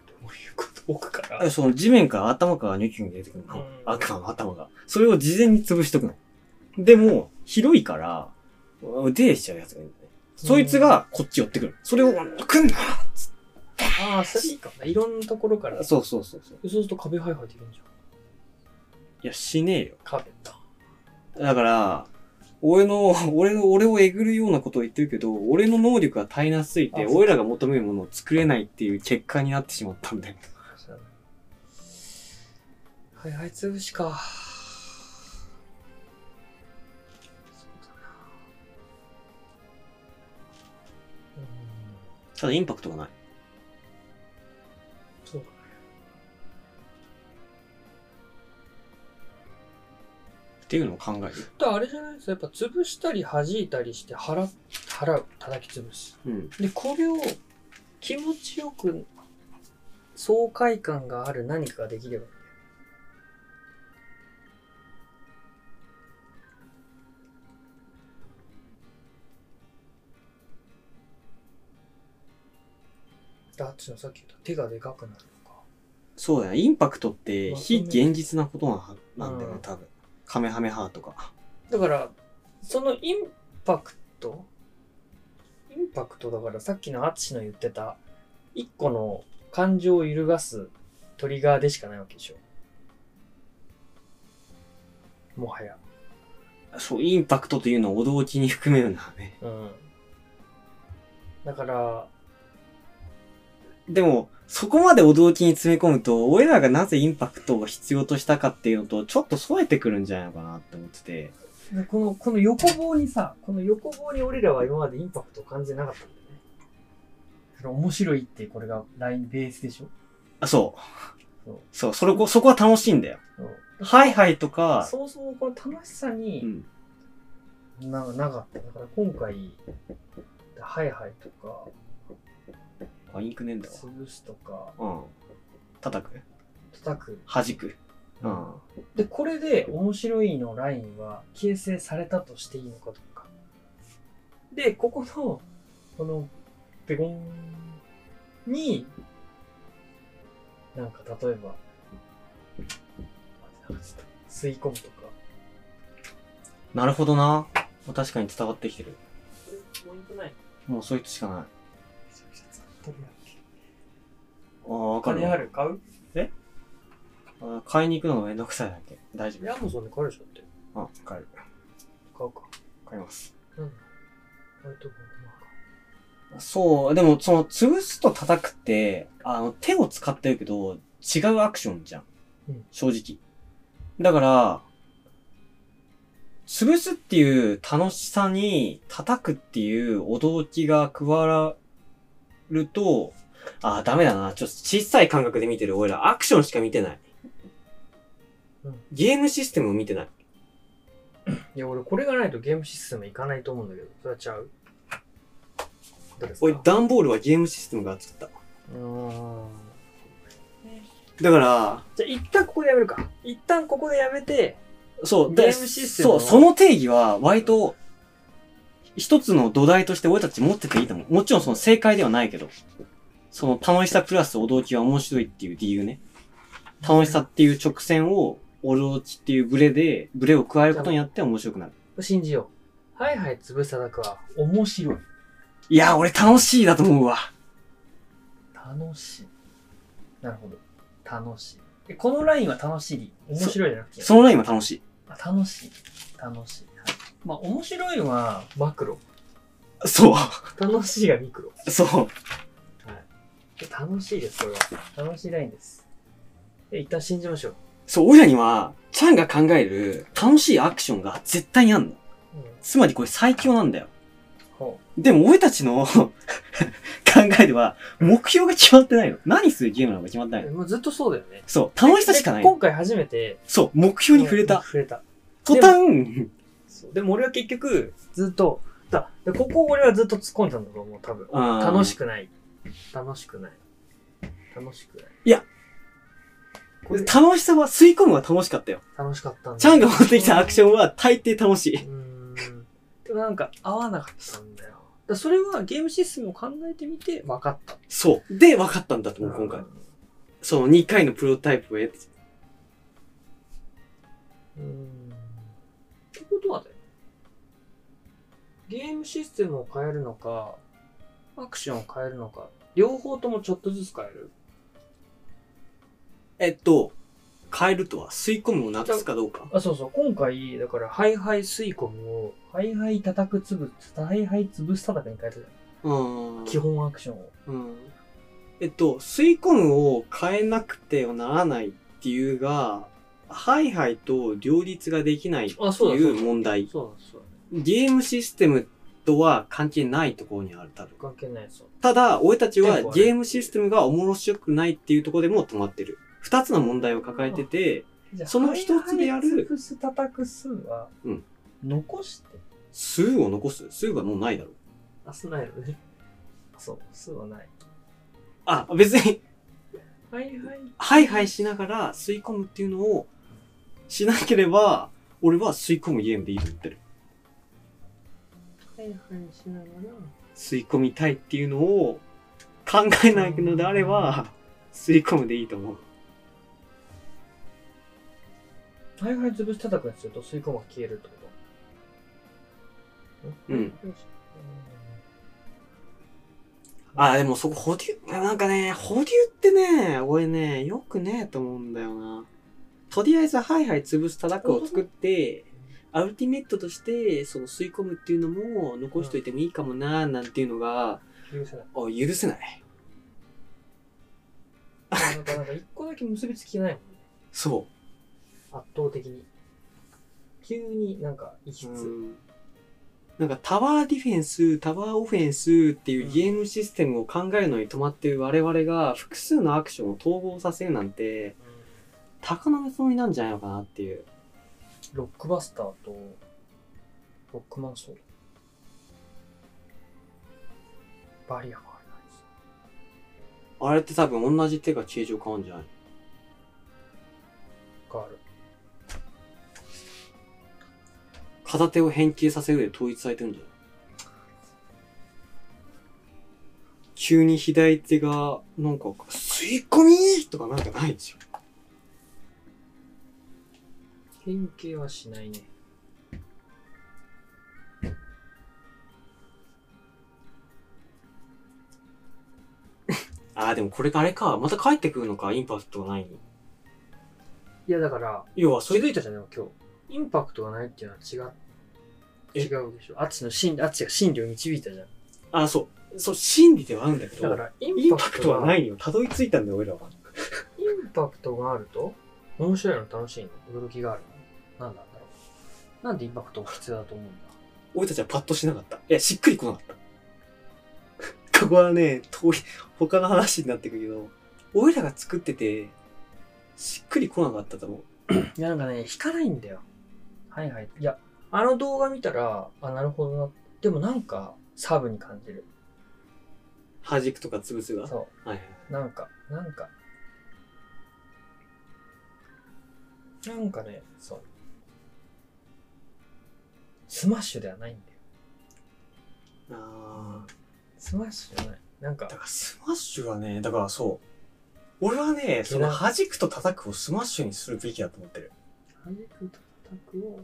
Speaker 1: どういうこと奥から
Speaker 2: ない。え、その地面から頭からニョキニョキ出てくる
Speaker 1: う
Speaker 2: の
Speaker 1: ん。
Speaker 2: 悪魔の頭が。それを事前に潰しとくの。でも、広いから、出てきちゃうやつがいるんだね。そいつがこっち寄ってくる。それを、来んな
Speaker 1: ああ、それいいかもね。いろんなところから。そう
Speaker 2: そうそうそう
Speaker 1: そ
Speaker 2: そう。
Speaker 1: うすると壁ハイハイできるんじゃん。
Speaker 2: いや、しねえよ。
Speaker 1: 壁だ。
Speaker 2: だから、俺の、俺の、俺をえぐるようなことを言ってるけど、俺の能力が足りなすぎて、
Speaker 1: あそう
Speaker 2: 俺らが求めるものを作れないっていう結果になってしまったんだよ。
Speaker 1: そうだねはいはい潰しか。そうだなうん
Speaker 2: ただインパクトがない。
Speaker 1: そうだね。
Speaker 2: っていうのを考える。
Speaker 1: だからあれじゃないですか。やっぱ潰したり弾いたりして払払う。叩き潰す。
Speaker 2: うん。
Speaker 1: で、これを気持ちよく爽快感がある何かができればいい。だっちのさっき言った手がでかくなるとか。
Speaker 2: そうだね。インパクトって
Speaker 1: まと
Speaker 2: 非
Speaker 1: め
Speaker 2: 現実なことななんだよ
Speaker 1: う
Speaker 2: ね
Speaker 1: ん、
Speaker 2: 多分。カメハメハとか。
Speaker 1: だから、そのインパクトインパクトだから、さっきのアツシの言ってた、一個の感情を揺るがすトリガーでしかないわけでしょ。もはや。
Speaker 2: そう、インパクトというのを驚きに含めるんだね。
Speaker 1: うん。だから、
Speaker 2: でも、そこまで驚きに詰め込むと、俺らがなぜインパクトを必要としたかっていうのと、ちょっと添えてくるんじゃないのかなって思ってて。
Speaker 1: この、この横棒にさ、この横棒に俺らは今までインパクトを感じてなかったんだよね。その面白いってこれがラインベースでしょ
Speaker 2: あ、そう。
Speaker 1: そう
Speaker 2: そう、それこ、そこは楽しいんだよ。
Speaker 1: そう
Speaker 2: ハイハイとか、
Speaker 1: そうそう、この楽しさ
Speaker 2: う
Speaker 1: に、
Speaker 2: ん。
Speaker 1: な、なかった。だから今回、ハイハイとか、
Speaker 2: あ、インクねえんだ
Speaker 1: 潰すとか、
Speaker 2: わ。うん。叩く
Speaker 1: 叩く。
Speaker 2: 弾く。うん。
Speaker 1: で、これで面白いのラインは形成されたとしていいのかとか。で、ここの、この、ペコンに、なんか例えば、なんかちょっと吸い込むとか。
Speaker 2: なるほどな。確かに伝わってきてる。
Speaker 1: ポイントない。
Speaker 2: もうそういう人しかない。あ
Speaker 1: めちゃくちゃ使ってるやん
Speaker 2: あ、わ
Speaker 1: お
Speaker 2: かる
Speaker 1: 金あ
Speaker 2: わ。
Speaker 1: る買う
Speaker 2: あー買いに行くのがめんどくさいだけ。大丈
Speaker 1: いや、もうそんで買えるでしょって。
Speaker 2: 夫。あ、買える。
Speaker 1: 買うか。
Speaker 2: 買います。
Speaker 1: なんだ買うとこうか。
Speaker 2: そう、でもその、潰すと叩くって、あの、手を使ってるけど、違うアクションじゃん。
Speaker 1: うん
Speaker 2: 正直。だから、潰すっていう楽しさに、叩くっていう驚きが加わると、あー、ダメだな。ちょっと小さい感覚で見てる。俺らアクションしか見てない
Speaker 1: うん。
Speaker 2: ゲームシステムを見てない。
Speaker 1: いや、俺これがないとゲームシステムいかないと思うんだけど、それはちゃうどうですか
Speaker 2: 俺、段ボールはゲームシステムが作った。
Speaker 1: うーん。
Speaker 2: だから、
Speaker 1: じゃあ一旦ここでやめるか。一旦ここでやめて、
Speaker 2: そう、
Speaker 1: ゲ
Speaker 2: で
Speaker 1: ームシステム
Speaker 2: そ
Speaker 1: を
Speaker 2: う、その定義は、割と、一つの土台として俺たち持ってていいと思う。もちろんその正解ではないけど、その楽しさプラス驚きは面白いっていう理由ね。楽しさっていう直線を、驚きっていうブレで、ブレを加えることによって面白くなる。
Speaker 1: 信じよう。はいはい、つぶさだくは面白い。
Speaker 2: いや、俺楽しいだと思うわ。
Speaker 1: 楽しい。なるほど。楽しい。えこのラインは楽しいでいい。面白いじゃなくて。
Speaker 2: そのラインは楽しい。
Speaker 1: あ楽しい。楽しい。はいまあ、面白いはマクロ。
Speaker 2: そ
Speaker 1: 楽しいがミクロ。
Speaker 2: う、そう。
Speaker 1: はい。楽しいです、これは。楽しいラインです。え一旦信じましょう。
Speaker 2: そう、俺らには、ちゃんが考える楽しいアクションが絶対にあんの。
Speaker 1: うん。
Speaker 2: つまりこれ最強なんだよ。
Speaker 1: ほ。
Speaker 2: でも俺たちの <laughs> 考えでは、目標が決まってないの。何するゲームなのか決まってないうの。
Speaker 1: もうずっとそうだよね。
Speaker 2: そう、楽しさしかな
Speaker 1: で
Speaker 2: い。
Speaker 1: 今回初めて、
Speaker 2: そう、目標に触れ
Speaker 1: うん
Speaker 2: た。
Speaker 1: 触れた。
Speaker 2: 途端、
Speaker 1: そうでも俺は結局、ずっと、だでここを俺はずっと突っ込んでたんだと思う、多分。楽し
Speaker 2: く。
Speaker 1: くない。楽しくない。楽しくない。
Speaker 2: いや。
Speaker 1: これ
Speaker 2: 楽しさは、吸い込むは楽しかったよ。
Speaker 1: 楽しかったんだ。
Speaker 2: チャンが持ってきたアクション
Speaker 1: は。
Speaker 2: は大抵楽し
Speaker 1: うー
Speaker 2: い。
Speaker 1: ん。でもなんか合わなかったんだよ。だからそれはゲームシステムを考えてみて分かった。
Speaker 2: そう。で、分かったんだと思う、今回。その2回のプロタイプをやって。
Speaker 1: うーん。ってことはだよ。ゲームシステムを変えるのか、アクションを変えるのか、両方ともちょっとずつ変える
Speaker 2: えっと、変えるとは、吸い込むをなくすかどうか。
Speaker 1: あ、そうそう、今回、だから、ハイハイ吸い込みを、ハイハイ叩くつぶ、ハイハイ潰す叩くに変えたじゃ
Speaker 2: うーん
Speaker 1: ん。基本アクションを。
Speaker 2: うんえっと、吸い込むを変えなくてはならないっていうが、ハイハイと両立ができないって
Speaker 1: あそうだ
Speaker 2: い
Speaker 1: そう
Speaker 2: う
Speaker 1: だ
Speaker 2: 問題。
Speaker 1: そうなんですよ。
Speaker 2: ゲームシステムとは関係ないところにある、多分。
Speaker 1: 関係ないですよ。
Speaker 2: ただ、俺たちは
Speaker 1: テンポはね
Speaker 2: ゲームシステムが面白くないっていうところでも止まってる。二つの問題を抱えてて、
Speaker 1: じゃあ
Speaker 2: その一つでやる
Speaker 1: ハイハイ潰す叩く数は、
Speaker 2: うん
Speaker 1: 残して、
Speaker 2: 数を残す数がもうないだろう。
Speaker 1: あ、すないのね。そう、数はない。
Speaker 2: あ、別に、
Speaker 1: ハイハイ。
Speaker 2: ハイハイしながら吸い込むっていうのをしなければ、俺は吸い込むゲームでいいと思ってる。
Speaker 1: ハイハイしなが
Speaker 2: 吸い込みたいっていうのを考えないのであれば、吸い込むでいいと思う。
Speaker 1: ら、ハイハイ潰す叩くにすると吸い込むが消えるってこと
Speaker 2: うん。あ、でもそこ補充、なんかね、補充ってね、俺ね、よくねえと思うんだよな。とりあえず、ハイハイ潰す叩くを作って、アルティメットとして、その吸い込むっていうのも残しといてもいいかもなーなんていうのが、
Speaker 1: 許せない。
Speaker 2: あ許せない。
Speaker 1: なんか、なんか一個だけ結びつきないもんね。
Speaker 2: そ
Speaker 1: 圧倒的に急になんか異
Speaker 2: う。
Speaker 1: 質、
Speaker 2: うんなんかタワーディフェンス、タワーオフェンスっていうゲームシステムを考えるのに止まっている我々が複数のアクションを統合させるなんて、高の目つもりなんじゃないのかなっていう。
Speaker 1: ロックバスターと、ロックマンソール。バリアがあれないです。
Speaker 2: あれって多分同じ手が形状変わるんじゃない
Speaker 1: 変わる。
Speaker 2: 片手を変形させる上で統一されてるんじゃない急に左手が、なんか、吸い込みとかなんかないでしょ。
Speaker 1: 変形はしないね。
Speaker 2: ああ、でもこれがあれか。また帰ってくるのか、インパクトがないの。
Speaker 1: いや、だから、
Speaker 2: 要は、
Speaker 1: 気
Speaker 2: それ
Speaker 1: づ
Speaker 2: で、
Speaker 1: いたじゃん、でも今日。インパクトがないっていうのは違う。
Speaker 2: え
Speaker 1: 違うでしょ。あっちの心理、あっちが心理を導いたじゃん。
Speaker 2: あ、そう、そう、真理ではあるんだけ
Speaker 1: だか
Speaker 2: ど、
Speaker 1: ら、イ
Speaker 2: イ
Speaker 1: ン
Speaker 2: ン
Speaker 1: パ
Speaker 2: パ
Speaker 1: ク
Speaker 2: ク
Speaker 1: ト
Speaker 2: ト
Speaker 1: は
Speaker 2: は
Speaker 1: な。
Speaker 2: ないいにたどり着いたんだよ、俺らは。
Speaker 1: インパクトがあると、面白いの楽しいの驚きがあるのなんなんだろう。なんでインパクトが必要だと思うんだ
Speaker 2: 俺たちはパッとしなかった。いや、しっくりこなかった。 <laughs> ここはね、遠い、他の話になってくるけど、俺らが作ってて、しっくりこなかったと思う。
Speaker 1: いや、なんかね、引かないんだよ。はいはい。いや、あの動画見たら、あ、なるほどな。でもなんか、サブに感じる。
Speaker 2: 弾くとか潰すが。はい
Speaker 1: そ
Speaker 2: はい。
Speaker 1: う。なんか、なんか。なんかね、そう。スマッシュではないんだよ。
Speaker 2: あ
Speaker 1: スマッシュじゃない。なんか
Speaker 2: ーだ、からスマッシュはね、だからそう。俺はね、その弾くと叩くをスマッシュにするべきだと思ってる。
Speaker 1: 弾くと叩くを。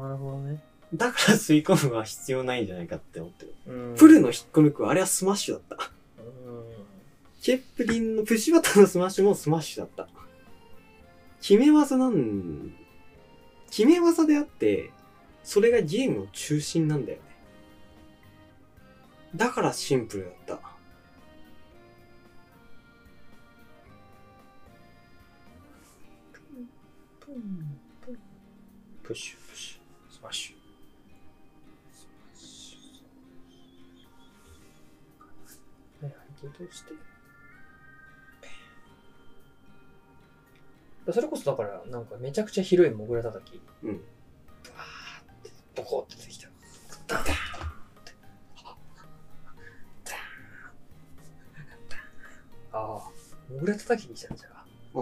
Speaker 1: ああ、なるほどね。
Speaker 2: だから吸い込むは必要ないんじゃないかって思ってる。
Speaker 1: うん
Speaker 2: プルの引っこ抜くはあれはスマッシュだった。
Speaker 1: うん。
Speaker 2: チェップリンのプッシュバタンのスマッシュもスマッシュだった。決め技なん、決め技であって、それがゲームの中心なんだよね。だからシンプルだった。
Speaker 1: プッシュ、プッシュ、スマッシュ。はいはい、起動して。それこそだから、なんかめちゃくちゃ広いモグラ叩き。
Speaker 2: うん。
Speaker 1: ブワーって、ボコって出てきた。ダーンって。ダーンダーンああ、モグラ叩きにしたんじゃん。
Speaker 2: ああ。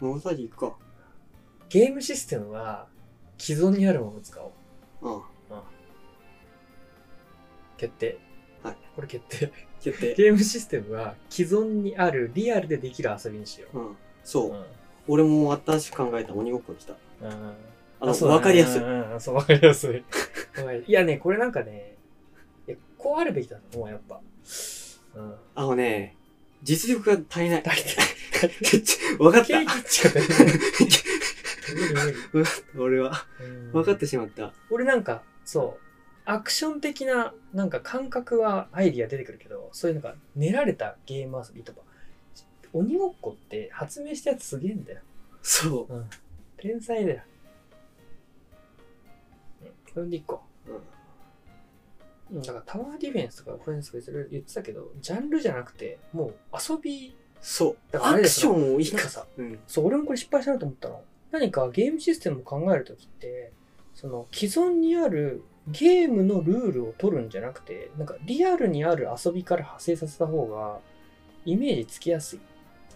Speaker 2: モザリか。
Speaker 1: ゲームシステムは既存にあるものを使おう。
Speaker 2: ああ。
Speaker 1: 決定。
Speaker 2: はい。
Speaker 1: これ決定。 <laughs>
Speaker 2: 決定。
Speaker 1: ゲームシステムは既存にあるリアルでできる遊びにしよ。
Speaker 2: うん。そうう。俺も新しく考えた鬼ごっこにした。
Speaker 1: うん。うん。
Speaker 2: あの、
Speaker 1: そうだ
Speaker 2: わ
Speaker 1: ね
Speaker 2: かりやすい。
Speaker 1: う
Speaker 2: あ
Speaker 1: んうんうん、そう、わかりやすい。わかりいやね、これなんかね、いやこうあるべきだと思う、やっぱ。うん。
Speaker 2: のね、実力が足りない。 <laughs>
Speaker 1: 足
Speaker 2: わかった。
Speaker 1: ケーキっちゃう。
Speaker 2: <laughs>
Speaker 1: 無理無理
Speaker 2: 俺は。
Speaker 1: うん
Speaker 2: わかってしまった。
Speaker 1: 俺なんかそうアクション的ななんか感覚はアイディア出てくるけどそういうなんか練られたゲーム遊びとか鬼ごっこって発明したやつすげえんだよ
Speaker 2: そう。
Speaker 1: 天才だようんそれでいこううんだからタワーディフェンスとかオフェンスとかいろいろ言ってたけどジャンルじゃなくてもう遊び
Speaker 2: そう。
Speaker 1: だからあ
Speaker 2: ア
Speaker 1: れで
Speaker 2: ク
Speaker 1: す
Speaker 2: シ
Speaker 1: よ
Speaker 2: ョンをい
Speaker 1: なんか
Speaker 2: か。
Speaker 1: さ
Speaker 2: うん。
Speaker 1: そう俺もこれ失敗したなと思ったの何かゲームシステムを考えるときってその既存にあるゲームのルールを取るんじゃなくてなんかリアルにある遊びから派生させた方がイメージつきやすい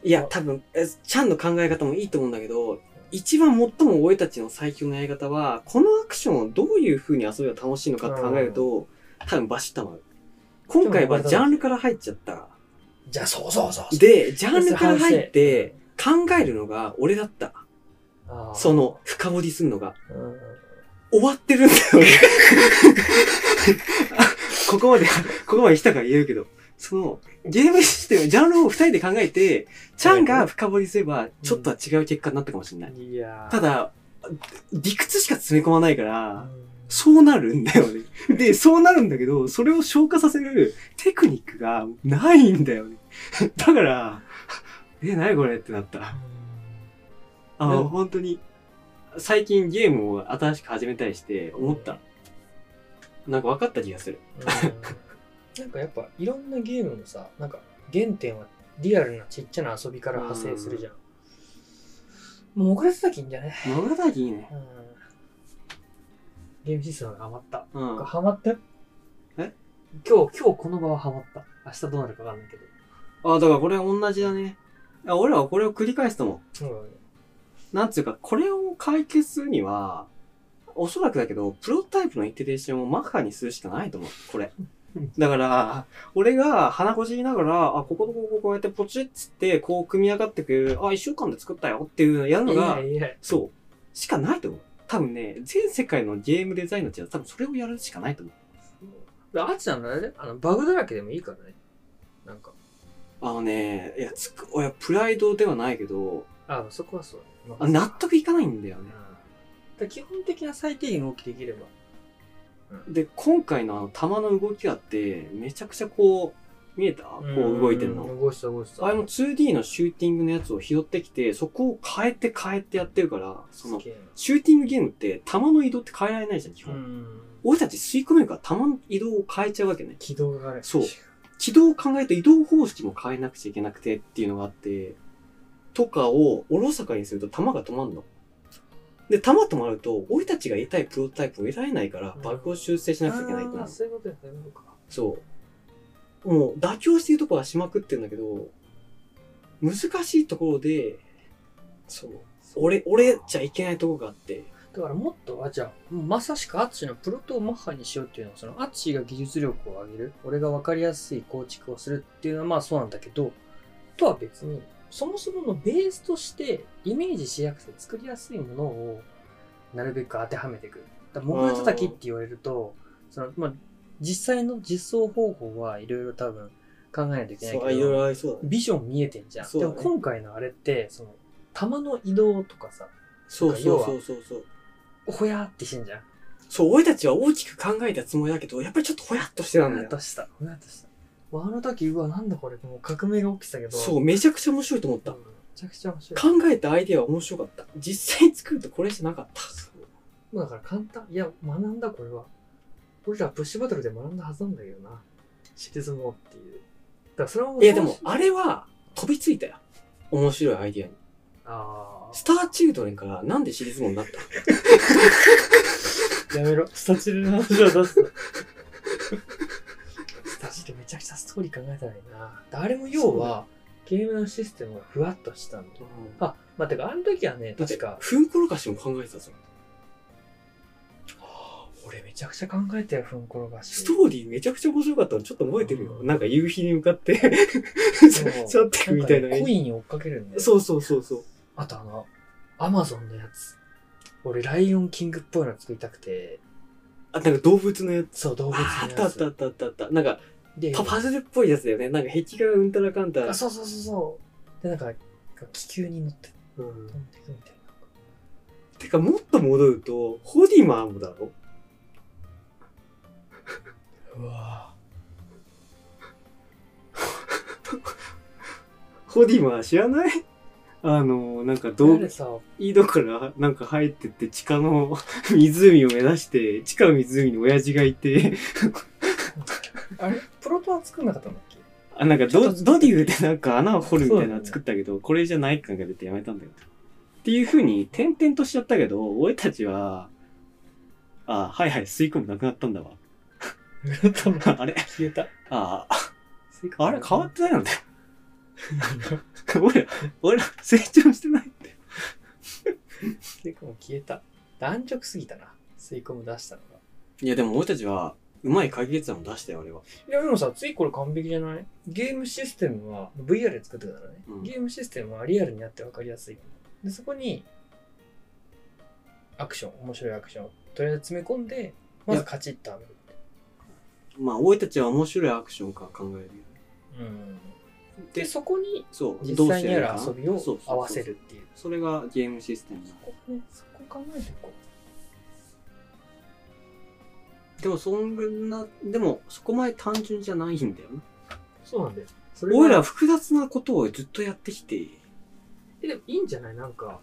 Speaker 2: いや、多分、えちゃんの考え方もいいと思うんだけど、一番最も俺たちの最強のやり方は、このアクションをどういう風に遊べば楽しいのかって考えると、多分バシッとまる。今回はジャンルから入っちゃった。
Speaker 1: じゃあそうそうそうそう
Speaker 2: で、ジャンルから入って、考えるのが俺だった。
Speaker 1: あー
Speaker 2: その、深掘りするのが。
Speaker 1: うん
Speaker 2: 終わってるんだよね。あ <laughs> ここまで、ここまで来たから言えるけど、その、ゲームシステム、ジャンルを二人で考えて、ちゃんが深掘りすれば、ちょっとは違う結果になったかもしれない。
Speaker 1: いやー
Speaker 2: ただ、理屈しか詰め込まないか
Speaker 1: う
Speaker 2: ら、
Speaker 1: ん
Speaker 2: そうなるんだよね。で、そうなるんだけど、それを消化させるテクニックがないんだよね。だから、え、なにこれってなった。あ
Speaker 1: うん
Speaker 2: の、本当に、最近ゲームを新しく始めたりして思った。なんか分かった気がする。
Speaker 1: うんなんかやっぱいろんなゲームのさなんか原点はリアルなちっちゃな遊びから派生するじゃん、もう遅らせたきいいんじゃね、
Speaker 2: まだいいね。
Speaker 1: うん、ゲームシステムがハマった
Speaker 2: うん。は
Speaker 1: ハマったよ
Speaker 2: え
Speaker 1: 今日今日この場はハマった明日どうなるかわかんないけど
Speaker 2: あ、だからこれ同じだね。あ俺らはこれを繰り返すと思
Speaker 1: うん
Speaker 2: う。なんつうか、これを解決するには、おそらくだけど、プロトタイプのイテレーションをマッハにするしかないと思う。これ。だから、俺が鼻こじりながら、あ、こことこここうやってポチッつって、こう組み上がってく、あ、一週間で作ったよっていうのをやるの
Speaker 1: い
Speaker 2: が
Speaker 1: や、いや
Speaker 2: そう、しかないと思う。多分ね、全世界のゲームデザインの違う、多分それをやるしかないと思う。
Speaker 1: あっちさんのあれだよあのバグだらけでもいいからねなんか
Speaker 2: あのね、いや、つく、いや、プライドではないけど、
Speaker 1: あそこはそうだね
Speaker 2: あ納得いかないんだよ
Speaker 1: うん
Speaker 2: ね
Speaker 1: だ。から基本的な最低限動きできれば
Speaker 2: で、今回のあの、弾の動きだって、めちゃくちゃこう、見えたこう動いてるの。
Speaker 1: ん動いてた動いてた
Speaker 2: あれも 2D のシューティングのやつを拾ってきて、そこを変えて変えてやってるから、その
Speaker 1: す、げえな
Speaker 2: シューティングゲームって弾の移動って変えられないじゃん、基本。
Speaker 1: うん
Speaker 2: 俺たち吸い込めるから弾の移動を変えちゃうわけね。
Speaker 1: 軌道がある
Speaker 2: そう軌道を考えて移動方式も変えなくちゃいけなくてっていうのがあって、とかをおろそかにすると弾が止まるの。で、弾止まると、俺たちが得たいプロトタイプを得られないから
Speaker 1: う、ん
Speaker 2: バグを修正しなくちゃいけないってな
Speaker 1: あー
Speaker 2: る
Speaker 1: そういうことやそういうことか
Speaker 2: そう。もう妥協してるところはしまくってるんだけど、難しいところで、そう。俺、俺じゃいけないところがあって、
Speaker 1: だからもっとあじゃあもうまさしくアッチのプロトをマッハにしようっていうのはそのアッチが技術力を上げる俺が分かりやすい構築をするっていうのはまあそうなんだけどとは別にそもそものベースとしてイメージしやすくて作りやすいものをなるべく当てはめていくだからモグラ叩きって言われるとその、まあ、実際の実装方法はいろいろ多分考えないといけないけど
Speaker 2: そう、あいろいろありそうだね。
Speaker 1: ビジョン見えてんじゃん、
Speaker 2: そう
Speaker 1: で
Speaker 2: だ
Speaker 1: も
Speaker 2: ね
Speaker 1: 今回のあれってその球の移動とかさ
Speaker 2: そうそうそうそうそう。
Speaker 1: ほやーってしてんじゃん
Speaker 2: そう、俺たちは大きく考えたつもりだけど、やっぱりちょっとほやっとしてたん
Speaker 1: ふ
Speaker 2: だ
Speaker 1: やっ
Speaker 2: よ。
Speaker 1: としたふやっとしたもうあの時うわなんだこれもう革命が起きてたけど
Speaker 2: そう、めちゃくちゃ面白いと思った
Speaker 1: うん。めちゃくちゃ面白い
Speaker 2: 考えたアイデアは面白かった。実際作るとこれじゃなかった。
Speaker 1: もうだから簡単いや学んだこれは俺らプッシュバトルで学んだはずなんだけどなシリズムをっていうだからそれはもう
Speaker 2: いや、でも、
Speaker 1: あ
Speaker 2: あれは飛びついたよ。面白いアイデアに。
Speaker 1: あ
Speaker 2: スターチルドレンからなんでシリーズモンになった
Speaker 1: ーやめろスタチルの話を出すなスタチルめちゃくちゃストーリー考えたらいいな誰も要はゲームのシステムがふわっとしたんだあまあてかあの時はね
Speaker 2: だって
Speaker 1: 確か
Speaker 2: ふんころかしも考えてたぞ。
Speaker 1: 俺めちゃくちゃ考えたよふんころがし
Speaker 2: ストーリーめちゃくちゃ面白かったのちょっと覚えてるよ。
Speaker 1: うん
Speaker 2: なんか夕日に向かって
Speaker 1: そう
Speaker 2: <laughs> 去ってくみたいな
Speaker 1: なんかね恋に追っかけるんだよ
Speaker 2: そうそうそうそう。
Speaker 1: あとあの、アマゾンのやつ。俺、ライオンキングっぽいの作りたくて、
Speaker 2: あ、なんか動物のやつ。
Speaker 1: そう、動物のや
Speaker 2: ああっ
Speaker 1: つ。
Speaker 2: たあったあったあったあった。なんか
Speaker 1: で、
Speaker 2: パパズルっぽいやつだよね。なんか壁画がうんたらかんたら
Speaker 1: あ。そうそうそうそう。で、なんか、気球に乗って
Speaker 2: うん
Speaker 1: 飛んでいくみたいな。
Speaker 2: てか、もっと戻ると、ホディマーもだろ
Speaker 1: うわ
Speaker 2: ホディマー知らないあの、なんか動
Speaker 1: 誰さ、
Speaker 2: 井戸からなんか入ってって地下の <laughs> 湖を目指して、地下の湖に親父がいて、 <laughs>
Speaker 1: あれプロトは作んなかったんだっけ
Speaker 2: あ、なんか
Speaker 1: ちょ
Speaker 2: ド
Speaker 1: っと
Speaker 2: ドディグでなんか穴を掘るみた
Speaker 1: そ
Speaker 2: い
Speaker 1: うだ
Speaker 2: な
Speaker 1: ね
Speaker 2: の作ったけど、これじゃない感が出てやめたんだよ。っていう風に点々としちゃったけど、俺たちは、あ、はいはい、吸い込むなくなったんだわ。 <laughs>
Speaker 1: やったの
Speaker 2: あれ
Speaker 1: 消えた。
Speaker 2: あ、あれ変わってないのだよ。
Speaker 1: た。
Speaker 2: <laughs> 俺ら、俺ら成長してないって。
Speaker 1: 吸い込む消えた。弾力すぎたな。吸い込む出したのが。
Speaker 2: いやでも俺たちは、うまい解決案を出したよ、俺は。
Speaker 1: いやでもさ、ついこれ完璧じゃないゲームシステムは VR で作ってたからね、
Speaker 2: うん
Speaker 1: ゲームシステムはリアルになって分かりやすいよね。で、そこに、アクション、面白いアクションをとりあえず詰め込んで、まずカチッとはめる。
Speaker 2: まあ、俺たちは面白いアクションから考えるよね。
Speaker 1: うん、で、
Speaker 2: で、
Speaker 1: そこに
Speaker 2: そう、
Speaker 1: 実際にある遊
Speaker 2: どうして
Speaker 1: び
Speaker 2: や
Speaker 1: を
Speaker 2: かそうそうそう
Speaker 1: 合わせるっていう。
Speaker 2: それがゲームシステムだ
Speaker 1: そこね、そこ考えていこ
Speaker 2: でもそんなでもそこまで単純じゃないんだよな
Speaker 1: う。そうなんだよ。それが
Speaker 2: 俺ら複雑なことをずっとやってきて
Speaker 1: えでもいいんじゃないなんか、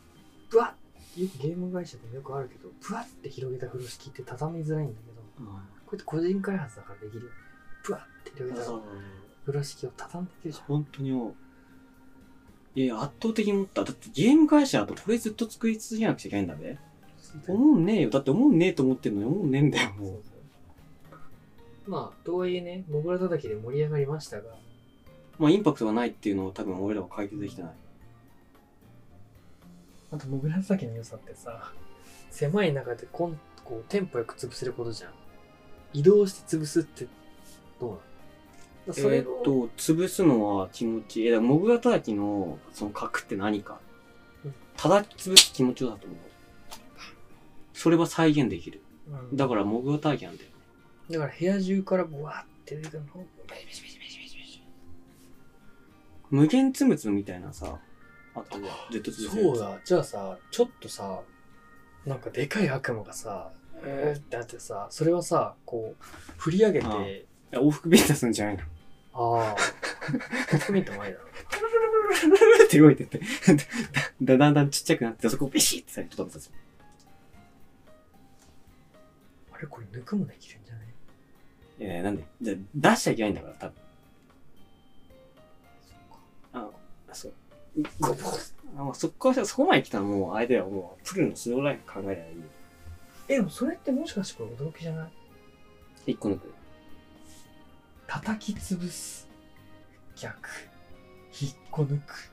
Speaker 1: ぶわっよくゲーム会社でもよくあるけど、ぶわって広げた風呂敷って畳みづらいんだけど、これって個人開発だからできるよね。ぶわって広げたら、風呂敷を畳んでいけるじゃん。
Speaker 2: 本当にもういや圧倒的に思った。だってゲーム会社だとこれずっと作り続けなくちゃいけないんだべ。思うんねえよ。だって思うんねえと思ってるのに思うんねえんだよ、
Speaker 1: そう
Speaker 2: も
Speaker 1: そうまあ、とはいえね、モグラ叩きで盛り上がりましたが、
Speaker 2: う。まあインパクトがないっていうのを多分俺らは解決できてない。
Speaker 1: あとモグラ叩きの良さってさ、狭い中でこんこうテンポよく潰せることじゃん。移動して潰すってどうなのだからそ
Speaker 2: え
Speaker 1: れ
Speaker 2: ーっ
Speaker 1: を、
Speaker 2: と、潰すのは気持ちいい。え、だからモグラ叩きのその核って何か
Speaker 1: うん。
Speaker 2: 叩き潰す気持ちよさだと思う。それは再現できる。
Speaker 1: うんだ
Speaker 2: だからモグラ叩きなんだよ。
Speaker 1: から部屋中からブワーって出てくるのを、
Speaker 2: 無限つむつむみたいなさ、あとはずっと潰せる。
Speaker 1: そう。だ、じゃあさ、ちょっとさ、なんかでかい悪魔がさ、えーってなってさ、それはさ、こう、振り上げて、
Speaker 2: あいや往復ビンタするんじゃないの <laughs>
Speaker 1: ああ、トミーと前だろ。 <laughs>
Speaker 2: って動いてって。 <laughs> だだんだんちっちゃくなって、そこをビシッてさ、とどめさせる。
Speaker 1: あれこれ抜くもできるんじゃない
Speaker 2: えー、なんでじゃあ出しちゃいけないんだから、多分。あ、そう。
Speaker 1: ゴボ
Speaker 2: あまあ、そこは、そこまで来たらもう、相手はもう、プルのスローライン考えればいいよ。
Speaker 1: え、でもそれってもしかしてこれ驚きじゃない
Speaker 2: 一個抜く。
Speaker 1: 叩き潰す。逆。引っこ抜く。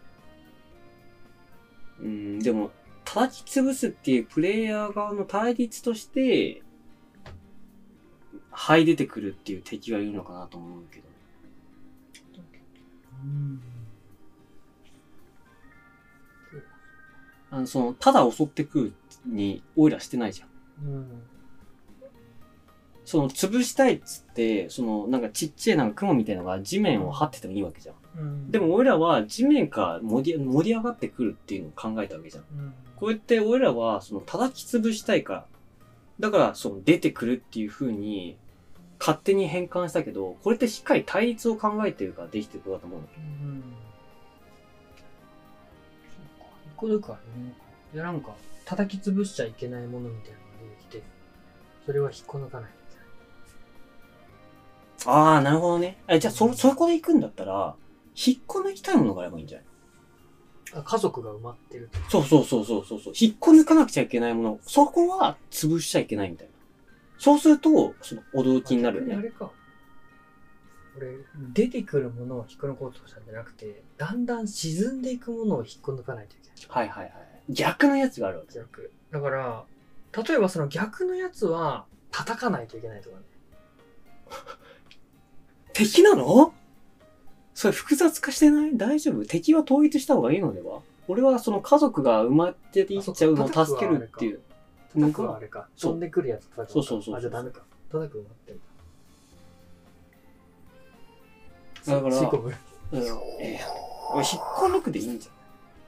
Speaker 2: うん、でも、叩き潰すっていうプレイヤー側の対立として、這い出てくるっていう敵がいるのかなと思うけど。
Speaker 1: うん。
Speaker 2: あの、その、ただ襲ってくるに、オイラしてないじゃん。
Speaker 1: うん。
Speaker 2: その、潰したいっつって、その、なんかちっちゃいなんか雲みたいなのが地面を張っててもいいわけじゃん。
Speaker 1: うん。
Speaker 2: で、も、俺らは地面から盛り盛り上がってくるっていうのを考えたわけじゃん。
Speaker 1: うん、
Speaker 2: こうやって俺らはその叩き潰したいから。だからその出てくるっていう風に勝手に変換したけど、これってしっかり対立を考えてるからできてることだと思うの。
Speaker 1: うん。そうか引っこ抜くはね。いや、なんか、叩き潰しちゃいけないものみたいなのが出てきて、それは引っこ抜かないみたいな。
Speaker 2: ああ、なるほどね。えじゃあそ、そこで行くんだったら、引っこ抜きたいものがあればいいんじゃない
Speaker 1: あ家族が埋まってると。
Speaker 2: そうそうそうそうそうそう。引っこ抜かなくちゃいけないもの、そこは潰しちゃいけないみたいな。そうすると、その驚きになるよ
Speaker 1: 逆あ
Speaker 2: ね。
Speaker 1: れか。俺、出てくるものを引っこ抜こうとしたんじゃなくて、だんだん沈んでいくものを引っこ抜かないといけない。
Speaker 2: はいはいはい。逆のやつがあるわけ。
Speaker 1: 逆。だから、例えばその逆のやつは、叩かないといけないとかね。
Speaker 2: 敵なのそれ複雑化してない大丈夫敵は統一した方がいいのでは俺はその家族が埋まっていっちゃうのを
Speaker 1: あそっか
Speaker 2: 助けるっていう。
Speaker 1: 叩くはあれか。
Speaker 2: そう
Speaker 1: 飛んでくるやつ叩くのか
Speaker 2: そうそうそうそう
Speaker 1: あ、じゃあダメか。叩く埋まってんだ。
Speaker 2: だから
Speaker 1: 吸い込む。
Speaker 2: うんええ引っこ抜くでいいんじ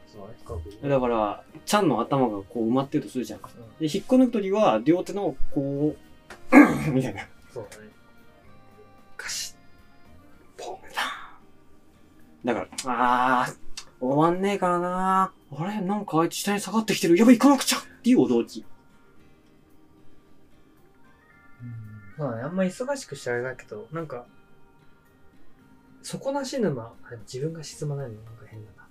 Speaker 1: そう、ね、深
Speaker 2: ゃん。
Speaker 1: く。
Speaker 2: だから、ちゃんの頭がこう埋まってるとするじゃん。
Speaker 1: うん
Speaker 2: で、引っこ抜くときは、両手のこう、みたいな。
Speaker 1: そうだね。
Speaker 2: ガシッ。ポンだから、あー、終わんねえからなあれなんかあいつ下に下がってきてる。やばい、行かなくちゃっていう驚き。
Speaker 1: まあね、あんま忙しくしてあれだけど、なんか、底なし沼、あでも自分が沈まないのなんか変だな。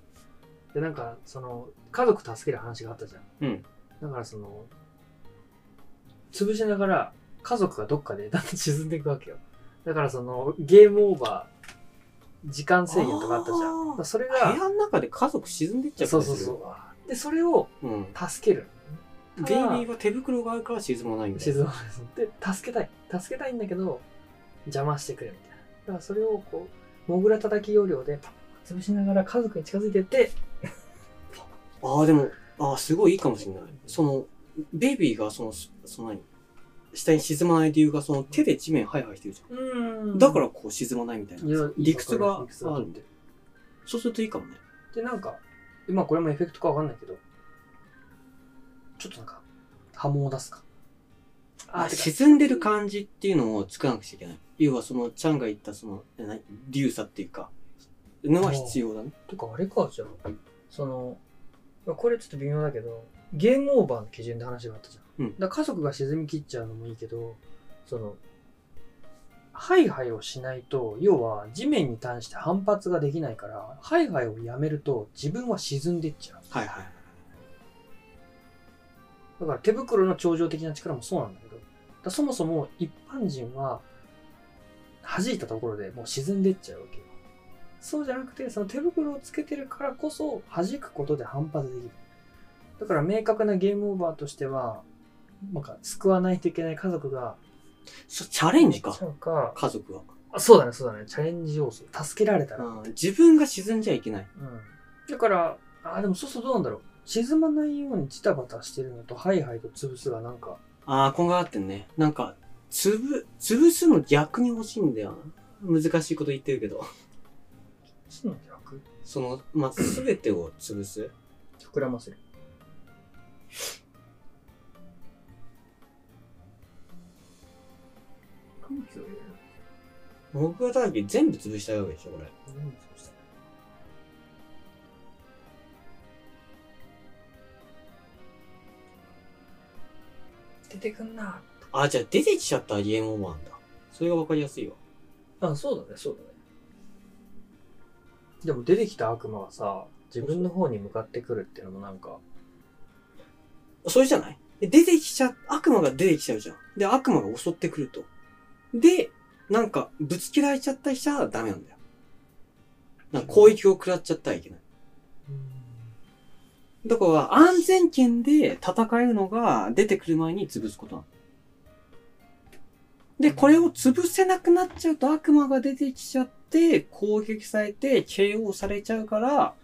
Speaker 1: で、なんか、その、家族助ける話があったじゃん。
Speaker 2: うん。
Speaker 1: だからその、潰しながら、家族がどっかでだんだん沈んでいくわけよ。だからその、ゲームオーバー、時間制限とかあったじゃ
Speaker 2: あ
Speaker 1: ん。
Speaker 2: ー
Speaker 1: だからそれ
Speaker 2: 部
Speaker 1: が、
Speaker 2: 屋の中で家族沈んでっちゃった
Speaker 1: そう
Speaker 2: りす
Speaker 1: そ
Speaker 2: る
Speaker 1: うそう。で、それを
Speaker 2: うん。
Speaker 1: 助ける。
Speaker 2: ベイビーは手袋があるから沈まないんだよ。
Speaker 1: 静岡で助けたい助けたいんだけど邪魔してくれみたいなだからそれをこうモグラ叩き要領でパッと潰しながら家族に近づいてって
Speaker 2: ああ、でも、ああ、すごいいいかもしれない。その、ベイビーがその、その何下に沈まない理由が、その手で地面ハイハイしてるじ
Speaker 1: う
Speaker 2: ゃ
Speaker 1: ー
Speaker 2: ん。
Speaker 1: ん
Speaker 2: だからこう沈まないみたい
Speaker 1: いや
Speaker 2: な。理屈が
Speaker 1: 理屈だ
Speaker 2: あるんで。そうするといいかもね。
Speaker 1: でなんかまあこれもエフェクトかわかんないけどちょっとなんか波紋を出すか
Speaker 2: あ、
Speaker 1: てか
Speaker 2: 沈んでる感じっていうのを作らなくちゃいけない。要はその、ちゃんが言ったその、え何流さっていうか、のは必要だね。
Speaker 1: とかあれかじゃあそのまあこれちょっと微妙だけどゲームオーバーの基準で話があったじゃん、
Speaker 2: うん
Speaker 1: だから家族が沈み切っちゃうのもいいけどそのハイハイをしないと、要は地面に対して反発ができないから、ハイハイをやめると自分は沈んでっちゃう。
Speaker 2: はいはい。
Speaker 1: だから手袋の頂上的な力もそうなんだけど、だからそもそも一般人は弾いたところでもう沈んでっちゃうわけよ。そうじゃなくて、その手袋をつけてるからこそ弾くことで反発できる。だから明確なゲームオーバーとしては、なんか救わないといけない家族が、
Speaker 2: そう、チャレンジか。
Speaker 1: なんか、
Speaker 2: 家族は。
Speaker 1: あそうだね、そうだね、チャレンジ要素。助けられたら。
Speaker 2: うん自分が沈んじゃいけない。
Speaker 1: うん、だからあでもそうそうどうなんだろう沈まないようにジタバタしてるのとハイハイと潰すがなんか
Speaker 2: ああ、こんがらってんね。なんか、つぶ、潰すの逆に欲しいんだよな。難しいこと言ってるけど。 <laughs>
Speaker 1: その逆
Speaker 2: その、まあ、すべてを潰す。
Speaker 1: 膨らませる
Speaker 2: 僕がただけ全部潰したいわけでしょ、これ。
Speaker 1: 出てくんな
Speaker 2: あ、じゃあ出てきちゃったらゲームオーバーなんだ。それがわかりやすいわ。
Speaker 1: あそうだねそうだねでも出てきた悪魔はさ自分の方に向かってくるっていうのもなんか
Speaker 2: それじゃないで出てきちゃ、悪魔が出てきちゃうじゃん。で、悪魔が襲ってくると。で、なんか、ぶつけられちゃったりしたらダメなんだよ。なんか攻撃を食らっちゃったらいけない。だから、安全圏で戦えるのが出てくる前に潰すことなの。で、これを潰せなくなっちゃうと悪魔が出てきちゃって、攻撃されて、KO されちゃうから、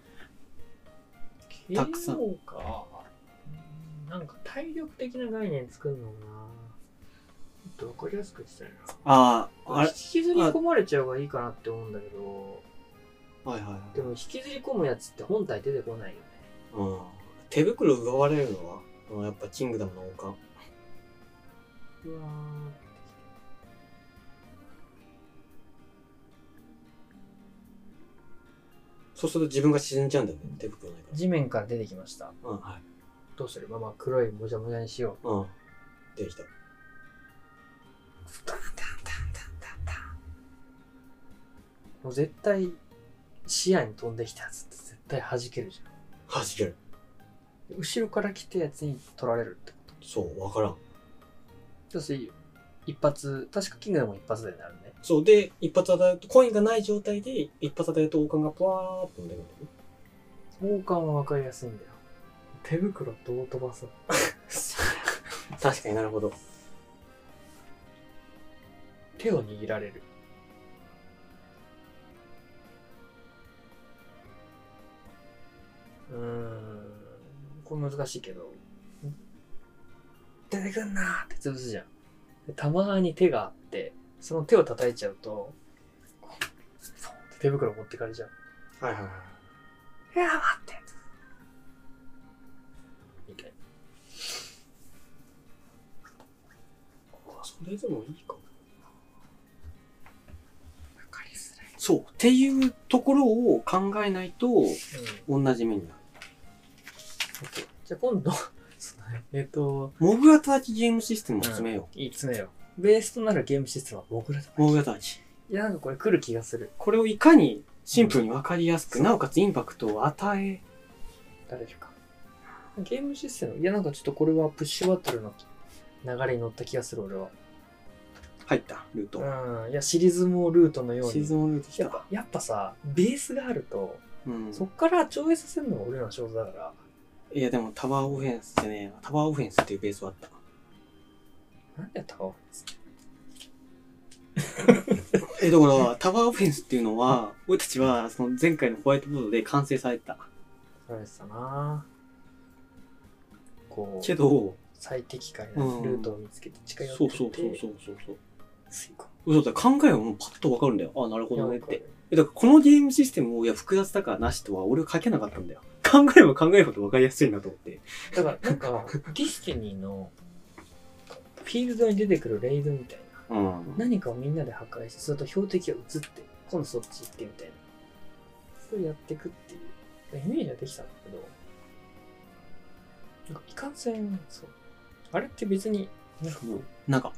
Speaker 2: たくさん
Speaker 1: KO かうんなんか体力的な概念作るのもなちょっとわかりやすくしたいな
Speaker 2: ああ、あれ
Speaker 1: 引、きずり込まれちゃうがいいかなって思うんだけど
Speaker 2: はいはい
Speaker 1: でも引きずり込むやつって本体出てこないよね
Speaker 2: はい。うん。手袋奪われるのは、うんやっぱキングダムの王冠。
Speaker 1: うわ
Speaker 2: そうすると自分が沈んじゃうんだよね、手袋ないか
Speaker 1: 地面から出てきました
Speaker 2: ら。うん、はい。
Speaker 1: どうするまあまあ黒いもじゃもじゃにしよ
Speaker 2: うん。出てきた。
Speaker 1: うダンダンダンダンダンダンもう絶対視野に飛んできたやつって絶対弾けるじ
Speaker 2: 弾ける。
Speaker 1: ゃん後ろから来たやつに取られるってこと
Speaker 2: そう、わからん。
Speaker 1: だし一発確かキングでも一発でなるね
Speaker 2: そう、で、一発当たると、コインがない状態で、一発当たると王冠がぷわーっと飛んでくるんだよね。
Speaker 1: 王冠は分かりやすいんだよ手袋どう飛ばすの
Speaker 2: 確かになるほど。
Speaker 1: <laughs> 手を握られるうーんこれ難しいけど出てくんなーって潰すじゃんでたまに手があってその手を叩いちゃうとこうポンって手袋持ってかれちゃう
Speaker 2: はいはいはい。
Speaker 1: いや待ってみたいな
Speaker 2: あ、それでもいいかも。
Speaker 1: 分かりづらい、
Speaker 2: そう、っていうところを考えないと、
Speaker 1: うん
Speaker 2: 同じ目になる。
Speaker 1: じゃあ今度、そうだね <laughs> えっと、
Speaker 2: モグラ叩きゲームシステムを詰めよ
Speaker 1: いい詰めよう。ベースとなるゲームシステムは僕らだ。
Speaker 2: う。モグラ叩き。
Speaker 1: いや、なんかこれ来る気がする。
Speaker 2: これをいかにシンプルにわかりやすく、なおかつインパクトを与え、
Speaker 1: 誰るか。ゲームシステムいや、なんかちょっとこれはプッシュバトルの流れに乗った気がする、俺
Speaker 2: 入った、ルート。
Speaker 1: は。うん。いや、シリーズもルートのよう
Speaker 2: シー
Speaker 1: に
Speaker 2: ズ。ンルート来
Speaker 1: やっぱ
Speaker 2: た。
Speaker 1: やっぱさ、ベースがあると、
Speaker 2: うん。
Speaker 1: そっから超越させるのが俺らの仕事だから、
Speaker 2: いや、でもタワーオフェンスじゃねえな。タワーオフェンスっていうベースはあった。
Speaker 1: なんでやったか
Speaker 2: え、だから、 <laughs> タワーオフェンスっていうのは、俺たちは、その前回のホワイトボードで完成された。
Speaker 1: それさなこ
Speaker 2: け
Speaker 1: う、
Speaker 2: ど、
Speaker 1: 最適解なルートを見つけて近寄って
Speaker 2: そ
Speaker 1: っ
Speaker 2: う
Speaker 1: て、
Speaker 2: そうそうそうそうそう。
Speaker 1: 吸い込む
Speaker 2: そうだ、考えはもうパッとわかるんだよ。あ、なるほどねっ
Speaker 1: いや
Speaker 2: て。えだからこのゲームシステムを、いや、複雑だからなしとは、俺は書けなかったんだよ。考えば考えるほどわかりやすいなと思って。
Speaker 1: だからなんかディスティニーのフィールドに出てくるレイドみたいな
Speaker 2: うん。
Speaker 1: 何かをみんなで破壊してそれと標的が移って今度そっち行ってみたいなそれやっていくっていうイメージはできたんだけどなんかいかんせんそうあれって別に
Speaker 2: もうなんか、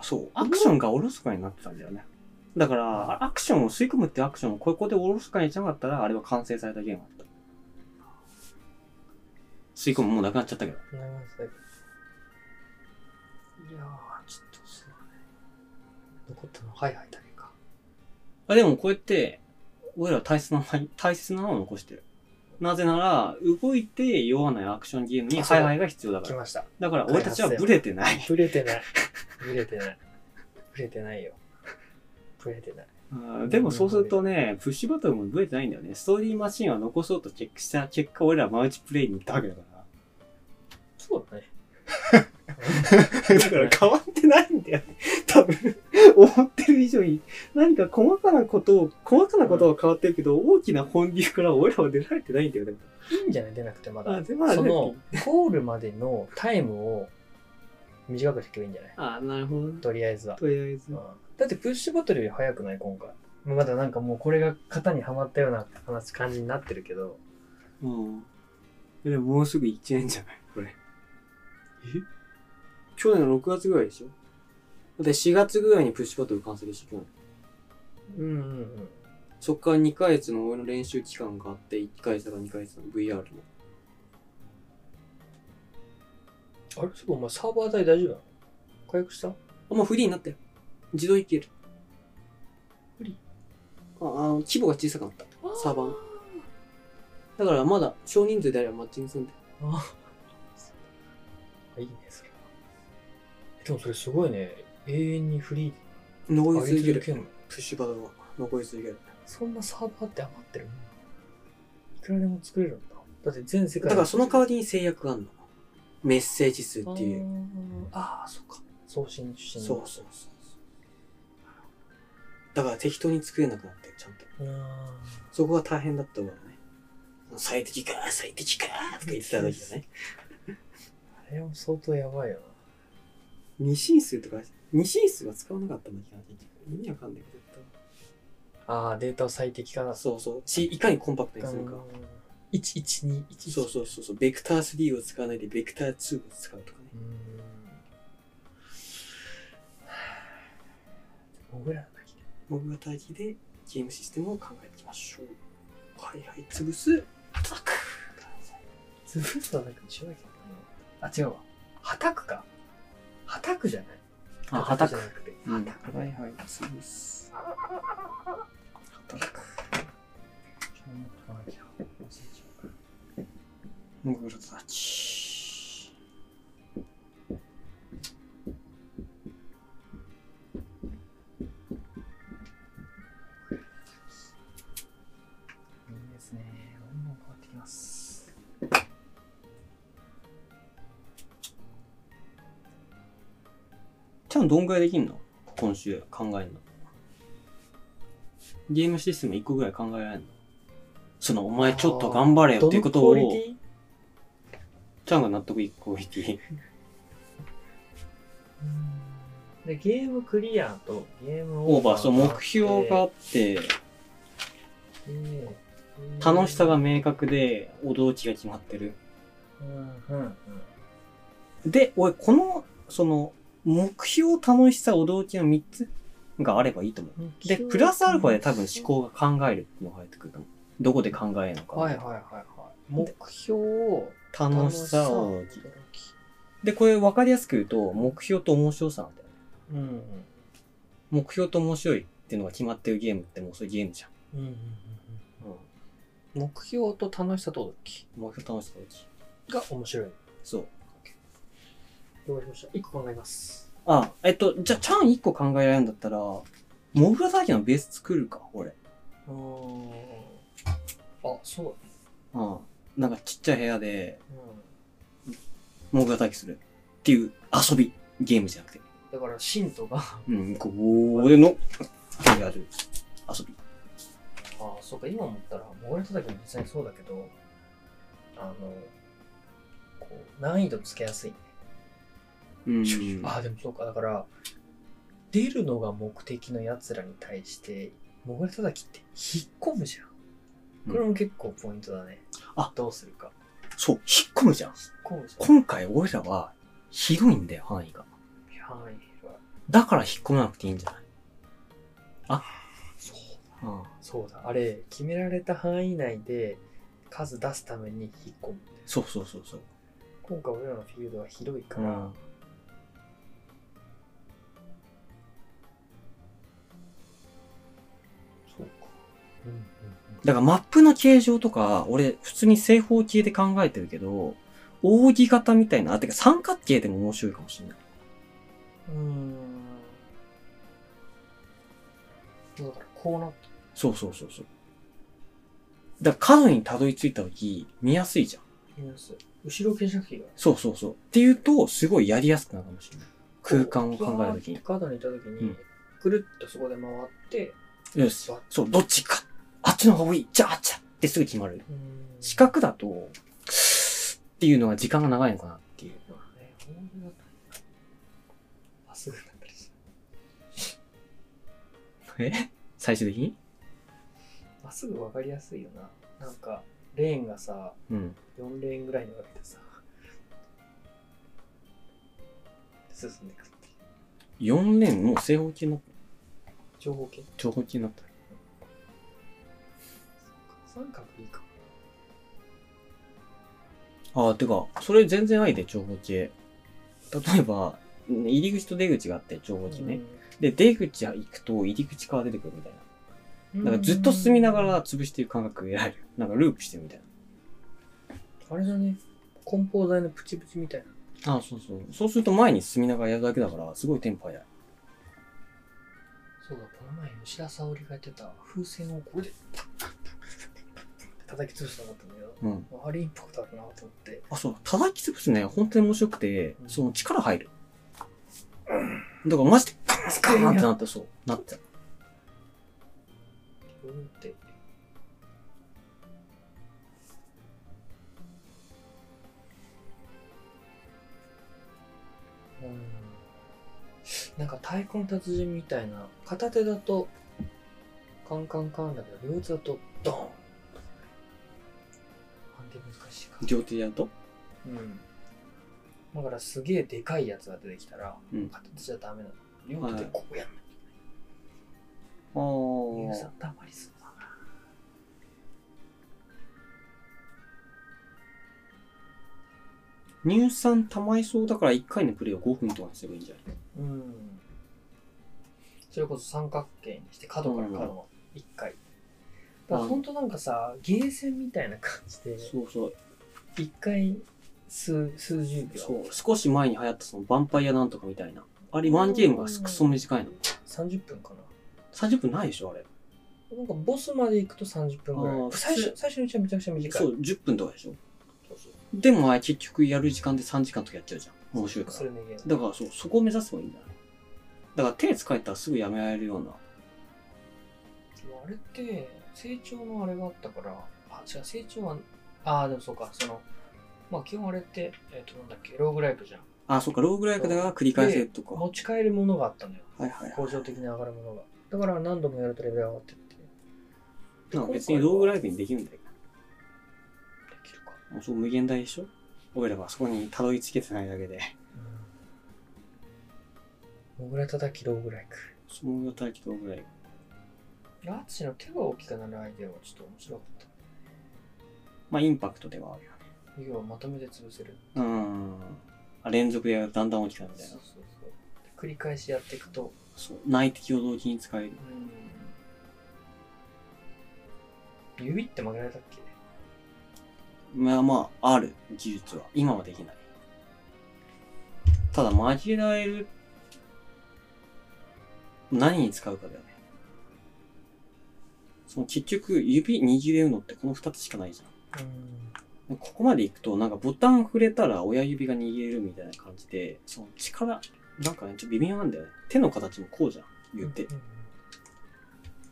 Speaker 2: そう、アクションがおろそかになってたんだよね。だから、あアクションを吸い込むってアクションをここでおろそかにしなかったら、あれは完成されたゲームだった。吸い込むもうなくなっちゃったけど。
Speaker 1: なりました
Speaker 3: いやー、ちょっとそうだね。残ったの、はいはいだけか。
Speaker 2: あでもこうやって、俺ら大切な、大切なのを残してる。なぜなら、動いて酔わないアクションゲームに
Speaker 3: あそう
Speaker 2: ハイハイが必要だか
Speaker 3: 来
Speaker 2: ら。
Speaker 3: ました。
Speaker 2: だから俺たちはブレてない。
Speaker 1: ブレてない。ブレてない。ブレてないよ。ブレてない。
Speaker 2: うんでもそうするとね、プッシュバトルもブレてないんだよね。ストーリーマシンは残そうとチェックした結果、俺らマルチプレイに行ったわけだから。
Speaker 1: そうだね。
Speaker 2: <laughs> だから変わってないんだよ <laughs> ね。多分、思ってる以上に、何か細かなことを、細かなことは変わってるけど、大きな本流から俺らは出られてないんだよね。
Speaker 1: <laughs> いいんじゃない出なくてまだ。
Speaker 2: で、
Speaker 1: その、ゴールまでのタイムを短くしていけばいいんじゃない
Speaker 2: あ、なるほどね。
Speaker 1: とりあえずは。
Speaker 2: とりあえず
Speaker 1: うん。だってプッシュバトルより早くない今回。まだなんかもうこれが型にはまったような話感じになってるけど。
Speaker 2: うん。えでももうすぐ1年じゃないこれ。え去年の6月ぐらいでしょだって4月ぐらいにプッシュバトル完成でしょ、去年。
Speaker 1: うんうんうん。
Speaker 2: そっから2ヶ月の俺の練習期間があって、1ヶ月だか2ヶ月の VR の。
Speaker 1: あれそうかお前サーバー代大丈夫なの回復した
Speaker 2: あ、もうフリーになったよ。自動いける。
Speaker 1: フリ
Speaker 2: ーあ、あの、規模が小さくなった。サーバー。だからまだ少人数であればマッチングするんだよ。
Speaker 1: あいいねそれはでもそれすごいね永遠にフリー
Speaker 2: 残
Speaker 1: 上
Speaker 2: り続
Speaker 1: げ
Speaker 2: け
Speaker 1: る
Speaker 2: る。
Speaker 1: けん
Speaker 2: プッシュバトルは残り続ける。
Speaker 1: そんなサーバーって余ってるもんいくらでも作れるんだだって全世界
Speaker 2: だからその代わりに制約があるの。メッセージ数っていう。
Speaker 1: あーあーそっか送信受信
Speaker 2: そうそうそうそう。だから適当に作れなくなってる、ちゃんと。
Speaker 1: う
Speaker 2: そこが大変だったわね。最適か、最適か、とか言ってた時だね。
Speaker 1: あれは相当やばいよ
Speaker 2: 二進数とか、二進数は使わなかったんだけど、意味わかんないけど。
Speaker 1: なああデータを最適化だ
Speaker 2: そうそう。し、いかにコンパクトにするか。
Speaker 1: 1121
Speaker 2: そうそうそうそう。ベクター3を使わないで、ベクター2を使うとかね。
Speaker 1: <sighs> 僕らの時
Speaker 2: モブ型機でゲームシステムを考えていきましょう。はいはい、潰す、叩く。
Speaker 1: ズブスとはなんか一緒だけどねあ違うわはたくかはたくじゃないじゃなくて
Speaker 2: うん、はいはい、潰す。叩く。モグルたち。
Speaker 1: いいですね。どんどん変わってきます。
Speaker 2: ちゃんどんぐらいできんの今週考えんの。ゲームシステム1個ぐらい考えられんのその、お前ちょっと頑張れよっていうことを、ちゃんが納得いくクオリティ。
Speaker 1: でゲームクリアとゲーム
Speaker 2: オーバー、そう、目標があって、楽しさが明確で、驚きが決まってる。
Speaker 1: うんうんうん
Speaker 2: で、俺、この、その、目標、楽しさ、驚きの3つがあればいいと思う。で、プラスアルファで多分思考が考えるっていうのが入ってくると思う。どこで考えるのか。
Speaker 1: はいはいはいはい目標を
Speaker 2: 楽しさ、驚
Speaker 1: を
Speaker 2: き。で、これ分かりやすく言うと、目標と面白さなんだよね。
Speaker 1: うんうん
Speaker 2: 目標と面白いっていうのが決まってるゲームってもうそういうゲームじゃん。
Speaker 1: うんうんうんうん目標と楽しさと驚き
Speaker 2: 目標楽しさだし。
Speaker 1: が面白い
Speaker 2: そう。
Speaker 1: 了解しました一個考えます
Speaker 2: あ、えっと、じゃあ、チャン1個考えられるんだったら、モグラサーキのベース作るか、俺。
Speaker 1: うんあそうだ
Speaker 2: うん。なんかちっちゃい部屋で、
Speaker 1: うん
Speaker 2: モグラサーキする。っていう遊び。ゲームじゃなくて。
Speaker 1: だから信徒が <laughs> あ
Speaker 2: うん、ここでの、やる。遊び。
Speaker 1: あそうか今思ったらモーレトだけも実際にそうだけどあのこう難易度つけやすい、 <laughs>
Speaker 2: うん。
Speaker 1: ああでもそうかだから出るのが目的のやつらに対してモーレトだきって引っ込むじゃんこれも結構ポイントだね、
Speaker 2: うんあ
Speaker 1: どうするか
Speaker 2: そう、引っ込むじゃん。
Speaker 1: 引っ込むじゃん
Speaker 2: 今回、俺らは、広いんだよ、範囲が。
Speaker 1: いやーいいわ
Speaker 2: だから引っ込めなくていいんじゃないあ、そう。うん。
Speaker 1: そうだ、あれ、決められた範囲内で数出すために引っ込む。
Speaker 2: そうそうそうそう。
Speaker 1: 今回俺らのフィールドは広いか
Speaker 2: う
Speaker 1: ら、
Speaker 2: ん。そうか。
Speaker 1: うんうん
Speaker 2: だからマップの形状とか、俺普通に正方形で考えてるけど、扇形みたいな、あ、てか三角形でも面白いかもしれない。
Speaker 1: うん、そうだからこうなっ
Speaker 2: そうそうそうそう。だから角にたどり着いた時、見やすいじゃん。
Speaker 1: てます後ろ消しなくていいから
Speaker 2: そうそうそう。っていうと、すごいやりやすくなるかもしれない。空間を考えるときに
Speaker 1: こうガーッて角にいた時に、
Speaker 2: うん
Speaker 1: くるっとそこで回って
Speaker 2: よし。そう、どっちか。あっちの方が多い。じゃああっちだってすぐ決まる。
Speaker 1: うん
Speaker 2: 四角だと、っていうのが時間が長いのかなっていう。
Speaker 1: まあね本当にだとまっすぐになったりして
Speaker 2: え最終的に
Speaker 1: まっすぐ分かりやすいよななんかレーンがさ
Speaker 2: うん。
Speaker 1: 4レーンぐらいに分けてさ進んでいくっていう
Speaker 2: 4連もう正方形の、
Speaker 1: 長方形
Speaker 2: 長方形になった。
Speaker 1: 三角いいか
Speaker 2: ああ、てか、それ全然ありで、長方形。例えば、ん入り口と出口があって、長方形ね。で、出口行くと、入り口から出てくるみたいな。なんかずっと進みながら潰してる感覚得られる。なんかループしてるみたい
Speaker 1: あれだね梱包材のプチプチみたいな
Speaker 2: な。ああ、そうそう。そうすると前に進みながらやるだけだから、すごいテンポ早い。
Speaker 1: そうだこの前吉田沙保里がやってた風船をこれでパッパッパッパッパッって叩き潰したかったんだけど
Speaker 2: うん。
Speaker 1: あれインパクトあるなと思って
Speaker 2: あ、そう。叩き潰すね、本当に面白くて、その力入る。だからマジでカーンカーンってなってそう。なってた。
Speaker 1: うーんってうんなんか太鼓の達人みたいな片手だとカンカンカンだけど両手だとドーン判定難しいか
Speaker 2: 両手でやると
Speaker 1: うんだからすげえでかいやつが出てきたら、
Speaker 2: うん
Speaker 1: 片手じゃダメなの両手でこうやんなきゃ
Speaker 2: あ
Speaker 1: ニュースあ
Speaker 2: あ。
Speaker 1: ったまりそうだな。
Speaker 2: 乳酸溜まりそうだから1回のプレイを5分とかにすればいいんじゃない
Speaker 1: うん。それこそ三角形にして角から角を一回。だから本当なんかさ、ゲーセンみたいな感じで、
Speaker 2: そうそう。
Speaker 1: 一回数数十
Speaker 2: そ
Speaker 1: 秒、
Speaker 2: う。少し前に流行ったそのヴァンパイアなんとかみたいな。あれワンゲームがクソ短いの。
Speaker 1: 30分か
Speaker 2: 30分ないでしょあれ。
Speaker 1: な。なんかボスまで行くと30分ぐら
Speaker 2: あ
Speaker 1: い
Speaker 2: ー。
Speaker 1: 最
Speaker 2: 普
Speaker 1: 初
Speaker 2: 通
Speaker 1: 最初のうちはめちゃくちゃ短い。
Speaker 2: そう、10分とかでしょ
Speaker 1: そうそう
Speaker 2: でもあれ結局やる時間で3時間とかやっちゃうじゃん。面白いか
Speaker 1: そ
Speaker 2: ら
Speaker 1: れ。ね、ゲーム。
Speaker 2: だからそう、そこを目指せばいいんじゃないだから手使えたらすぐやめられるような。
Speaker 1: あれって、成長のあれがあったから、あ、違う、成長は、ああ、でもそうか、その、まあ基本あれって、えっ、と、なんだっけ、ローグライプじゃん。
Speaker 2: あ、そっか、ローグライクだから繰り返せとか。は
Speaker 1: 持ち帰るものがあったのよ。
Speaker 2: いはいは
Speaker 1: 向上的に上がるものが。だから何度もやるとレベルが上がってって。
Speaker 2: い。なんか別にローグライクにできるんだよ。
Speaker 1: できるか。
Speaker 2: もうそう無限大でしょ俺らはそこにたどり着けてないだけで。
Speaker 1: モグラ叩きローぐらいか。
Speaker 2: そのが大気ローグライク。
Speaker 1: ラーチの手が大きくなるアイデアはちょっと面白かっ
Speaker 2: まあインパクトではあるよね。
Speaker 1: た。要はまとめて潰せる。
Speaker 2: うーん。あ連続でやるとだんだん大きくなるみたい
Speaker 1: そ
Speaker 2: な
Speaker 1: う。そうそう。で繰り返しやっていくと、
Speaker 2: そう。内的を動機に使える。
Speaker 1: うん。指って曲げられたっけ
Speaker 2: まあまあ、ある技術は。今はできない。ただ、曲げられる。何に使うかだよね。その結局、指握れるのってこの二つしかないじゃん。
Speaker 1: うん。
Speaker 2: ここまで行くと、なんかボタン触れたら親指が握れるみたいな感じで、その力、なんかね、ちょっと微妙なんだよね。手の形もこうじゃん。言って。
Speaker 1: うん。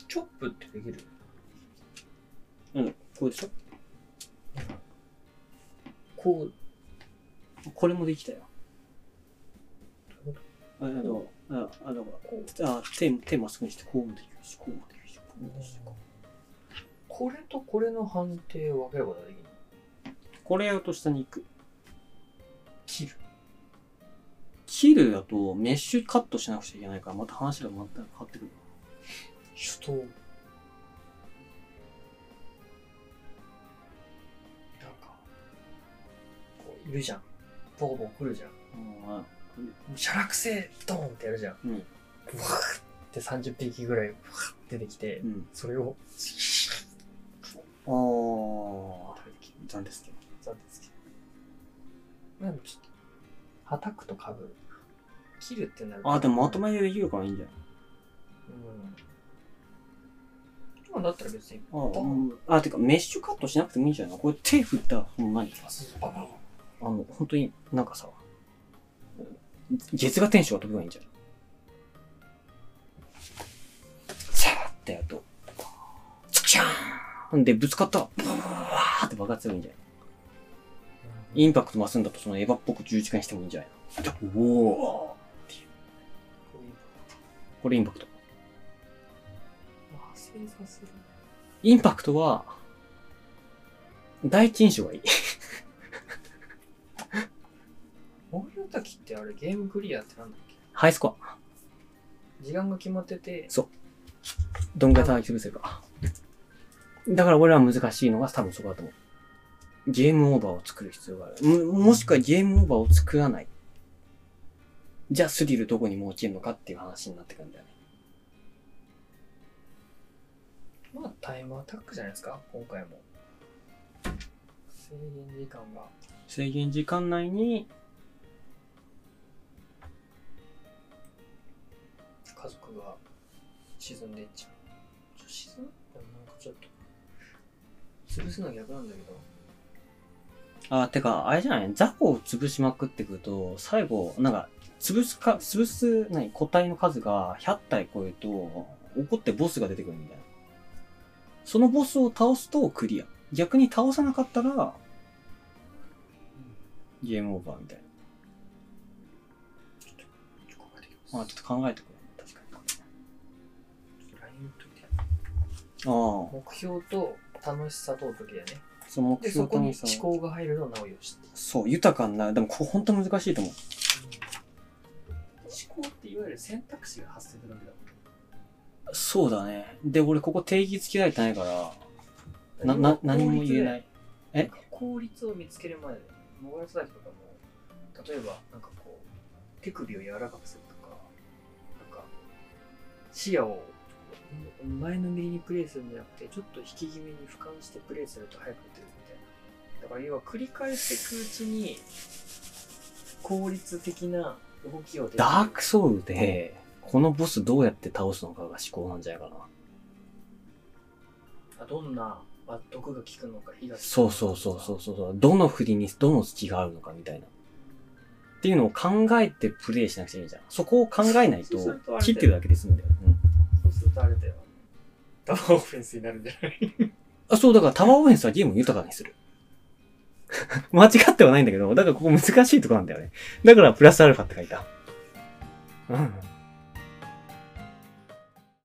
Speaker 1: チョップってできる
Speaker 2: うん、こうでしょ
Speaker 1: こう、
Speaker 2: これもできたよ。
Speaker 1: どういう
Speaker 2: ああの、ああの、
Speaker 1: こう。
Speaker 2: あ手手まっすぐにして、こうもできるし、こうもできるし、こうもできるし。こうも
Speaker 1: これとこれの判定を分けることができる
Speaker 2: これやると下に行く。
Speaker 1: 切る。
Speaker 2: 切ヒールだとメッシュカットしなくちゃいけないから、また話が全く変わってくる。
Speaker 1: ちょっと。なんか、こういるじゃん。ボコボコ来るじゃん。も
Speaker 2: うんあ
Speaker 1: うシャラクセドーンってやるじゃん。
Speaker 2: うん
Speaker 1: わーって30匹ぐらい、わーって出てきて
Speaker 2: う、ん。
Speaker 1: それを、
Speaker 2: あ
Speaker 1: 食べてきて
Speaker 2: あ、なんですけど。
Speaker 1: たんですけど。まあ、ちょっと、はたくとかぶる。切るってなると
Speaker 2: ああ、でもまとめでできるからいいんじゃない
Speaker 1: うん。今だったら別に、
Speaker 2: ああ、うんあ、てか、メッシュカットしなくてもいいんじゃないのこれ手振ったら、ほんまに。
Speaker 1: あそうそうババババ
Speaker 2: あの、本当になんかさ、月がテンションが飛べばいいんじゃん。さーってやると、チクシャーンで、ぶつかったら、ブワーって爆発するんじゃないインパクト増すんだと、そのエヴァっぽく十字架にしてもいいんじゃないのおー
Speaker 1: こういう
Speaker 2: これインパクト。
Speaker 1: のを派生させる。
Speaker 2: インパクトは、第一印象がいい。
Speaker 1: 森の滝ってあれゲームクリアってなんだっけ
Speaker 2: ハイスコア。
Speaker 1: 時間が決まってて、
Speaker 2: どんぐらい叩き潰せるか。だから俺ら難しいのが多分そこだと思う。ゲームオーバーを作る必要がある。ももしくはゲームオーバーを作らない。じゃあスリルどこに持ちるのかっていう話になってくるんだよね。
Speaker 1: まあタイムアタックじゃないですか今回も。制限時間が。
Speaker 2: 制限時間内に、
Speaker 1: 家族が沈んでいっちゃう。ちょ沈むでもなんかちょっと、潰すのは逆なんだけど。
Speaker 2: あ、てか、あれじゃない雑魚を潰しまくってくると、最後、なんか、潰すか、潰す、何、個体の数が100体超えると、怒ってボスが出てくるみたいな。そのボスを倒すとクリア。逆に倒さなかったら、ゲームオーバーみたい
Speaker 1: ちょっと考えてきます。
Speaker 2: な。まあ、ちょっと考えてくる。確かに。
Speaker 1: ちょっと LINE 打っといて。
Speaker 2: あ
Speaker 1: 目標と楽しさと時だよね。
Speaker 2: あ、その目
Speaker 1: で、そ
Speaker 2: 標
Speaker 1: ことに
Speaker 2: にさ、
Speaker 1: 思考が入るのを直よしって。
Speaker 2: そう、豊かになる。でも、これ本当難しいと思う。
Speaker 1: 思考っていわゆる選択肢が発生するわけだもん。
Speaker 2: そうだね。で、俺ここ定義つけられてないから、な、な、何も言えないい。え
Speaker 1: なんか効率を見つけるまで、モガラスダキとかも、例えば、なんかこう、手首を柔らかくするとか、なんか、視野を前のめりにプレイするんじゃなくて、ちょっと引き気味に俯瞰してプレイすると早く打てるみたいな。だから要は繰り返していくうちに、効率的な動きをできる
Speaker 2: ダークソウルで、このボスどうやって倒すのかが思考なんじゃないかな。
Speaker 1: あどんなあ毒が効くのか、火が効くのかとか。
Speaker 2: そうそうそうそうそうそう。どの振りにどの隙があるのかみたいな。っていうのを考えてプレイしなくちゃいいじゃん。そこを考えない
Speaker 1: そ
Speaker 2: と
Speaker 1: うするとあれだよ、
Speaker 2: 切ってるだけで済むんだよ。うん
Speaker 1: そうするとあれ
Speaker 2: <laughs>
Speaker 1: だよ。ダブルオフェンスになるんじゃない
Speaker 2: あ、そう、だからタワーオフェンスはゲームを豊かにする。 <laughs> 間違ってはないんだけど、だからここ難しいとこなんだよね。だからプラスアルファって書いた。うん。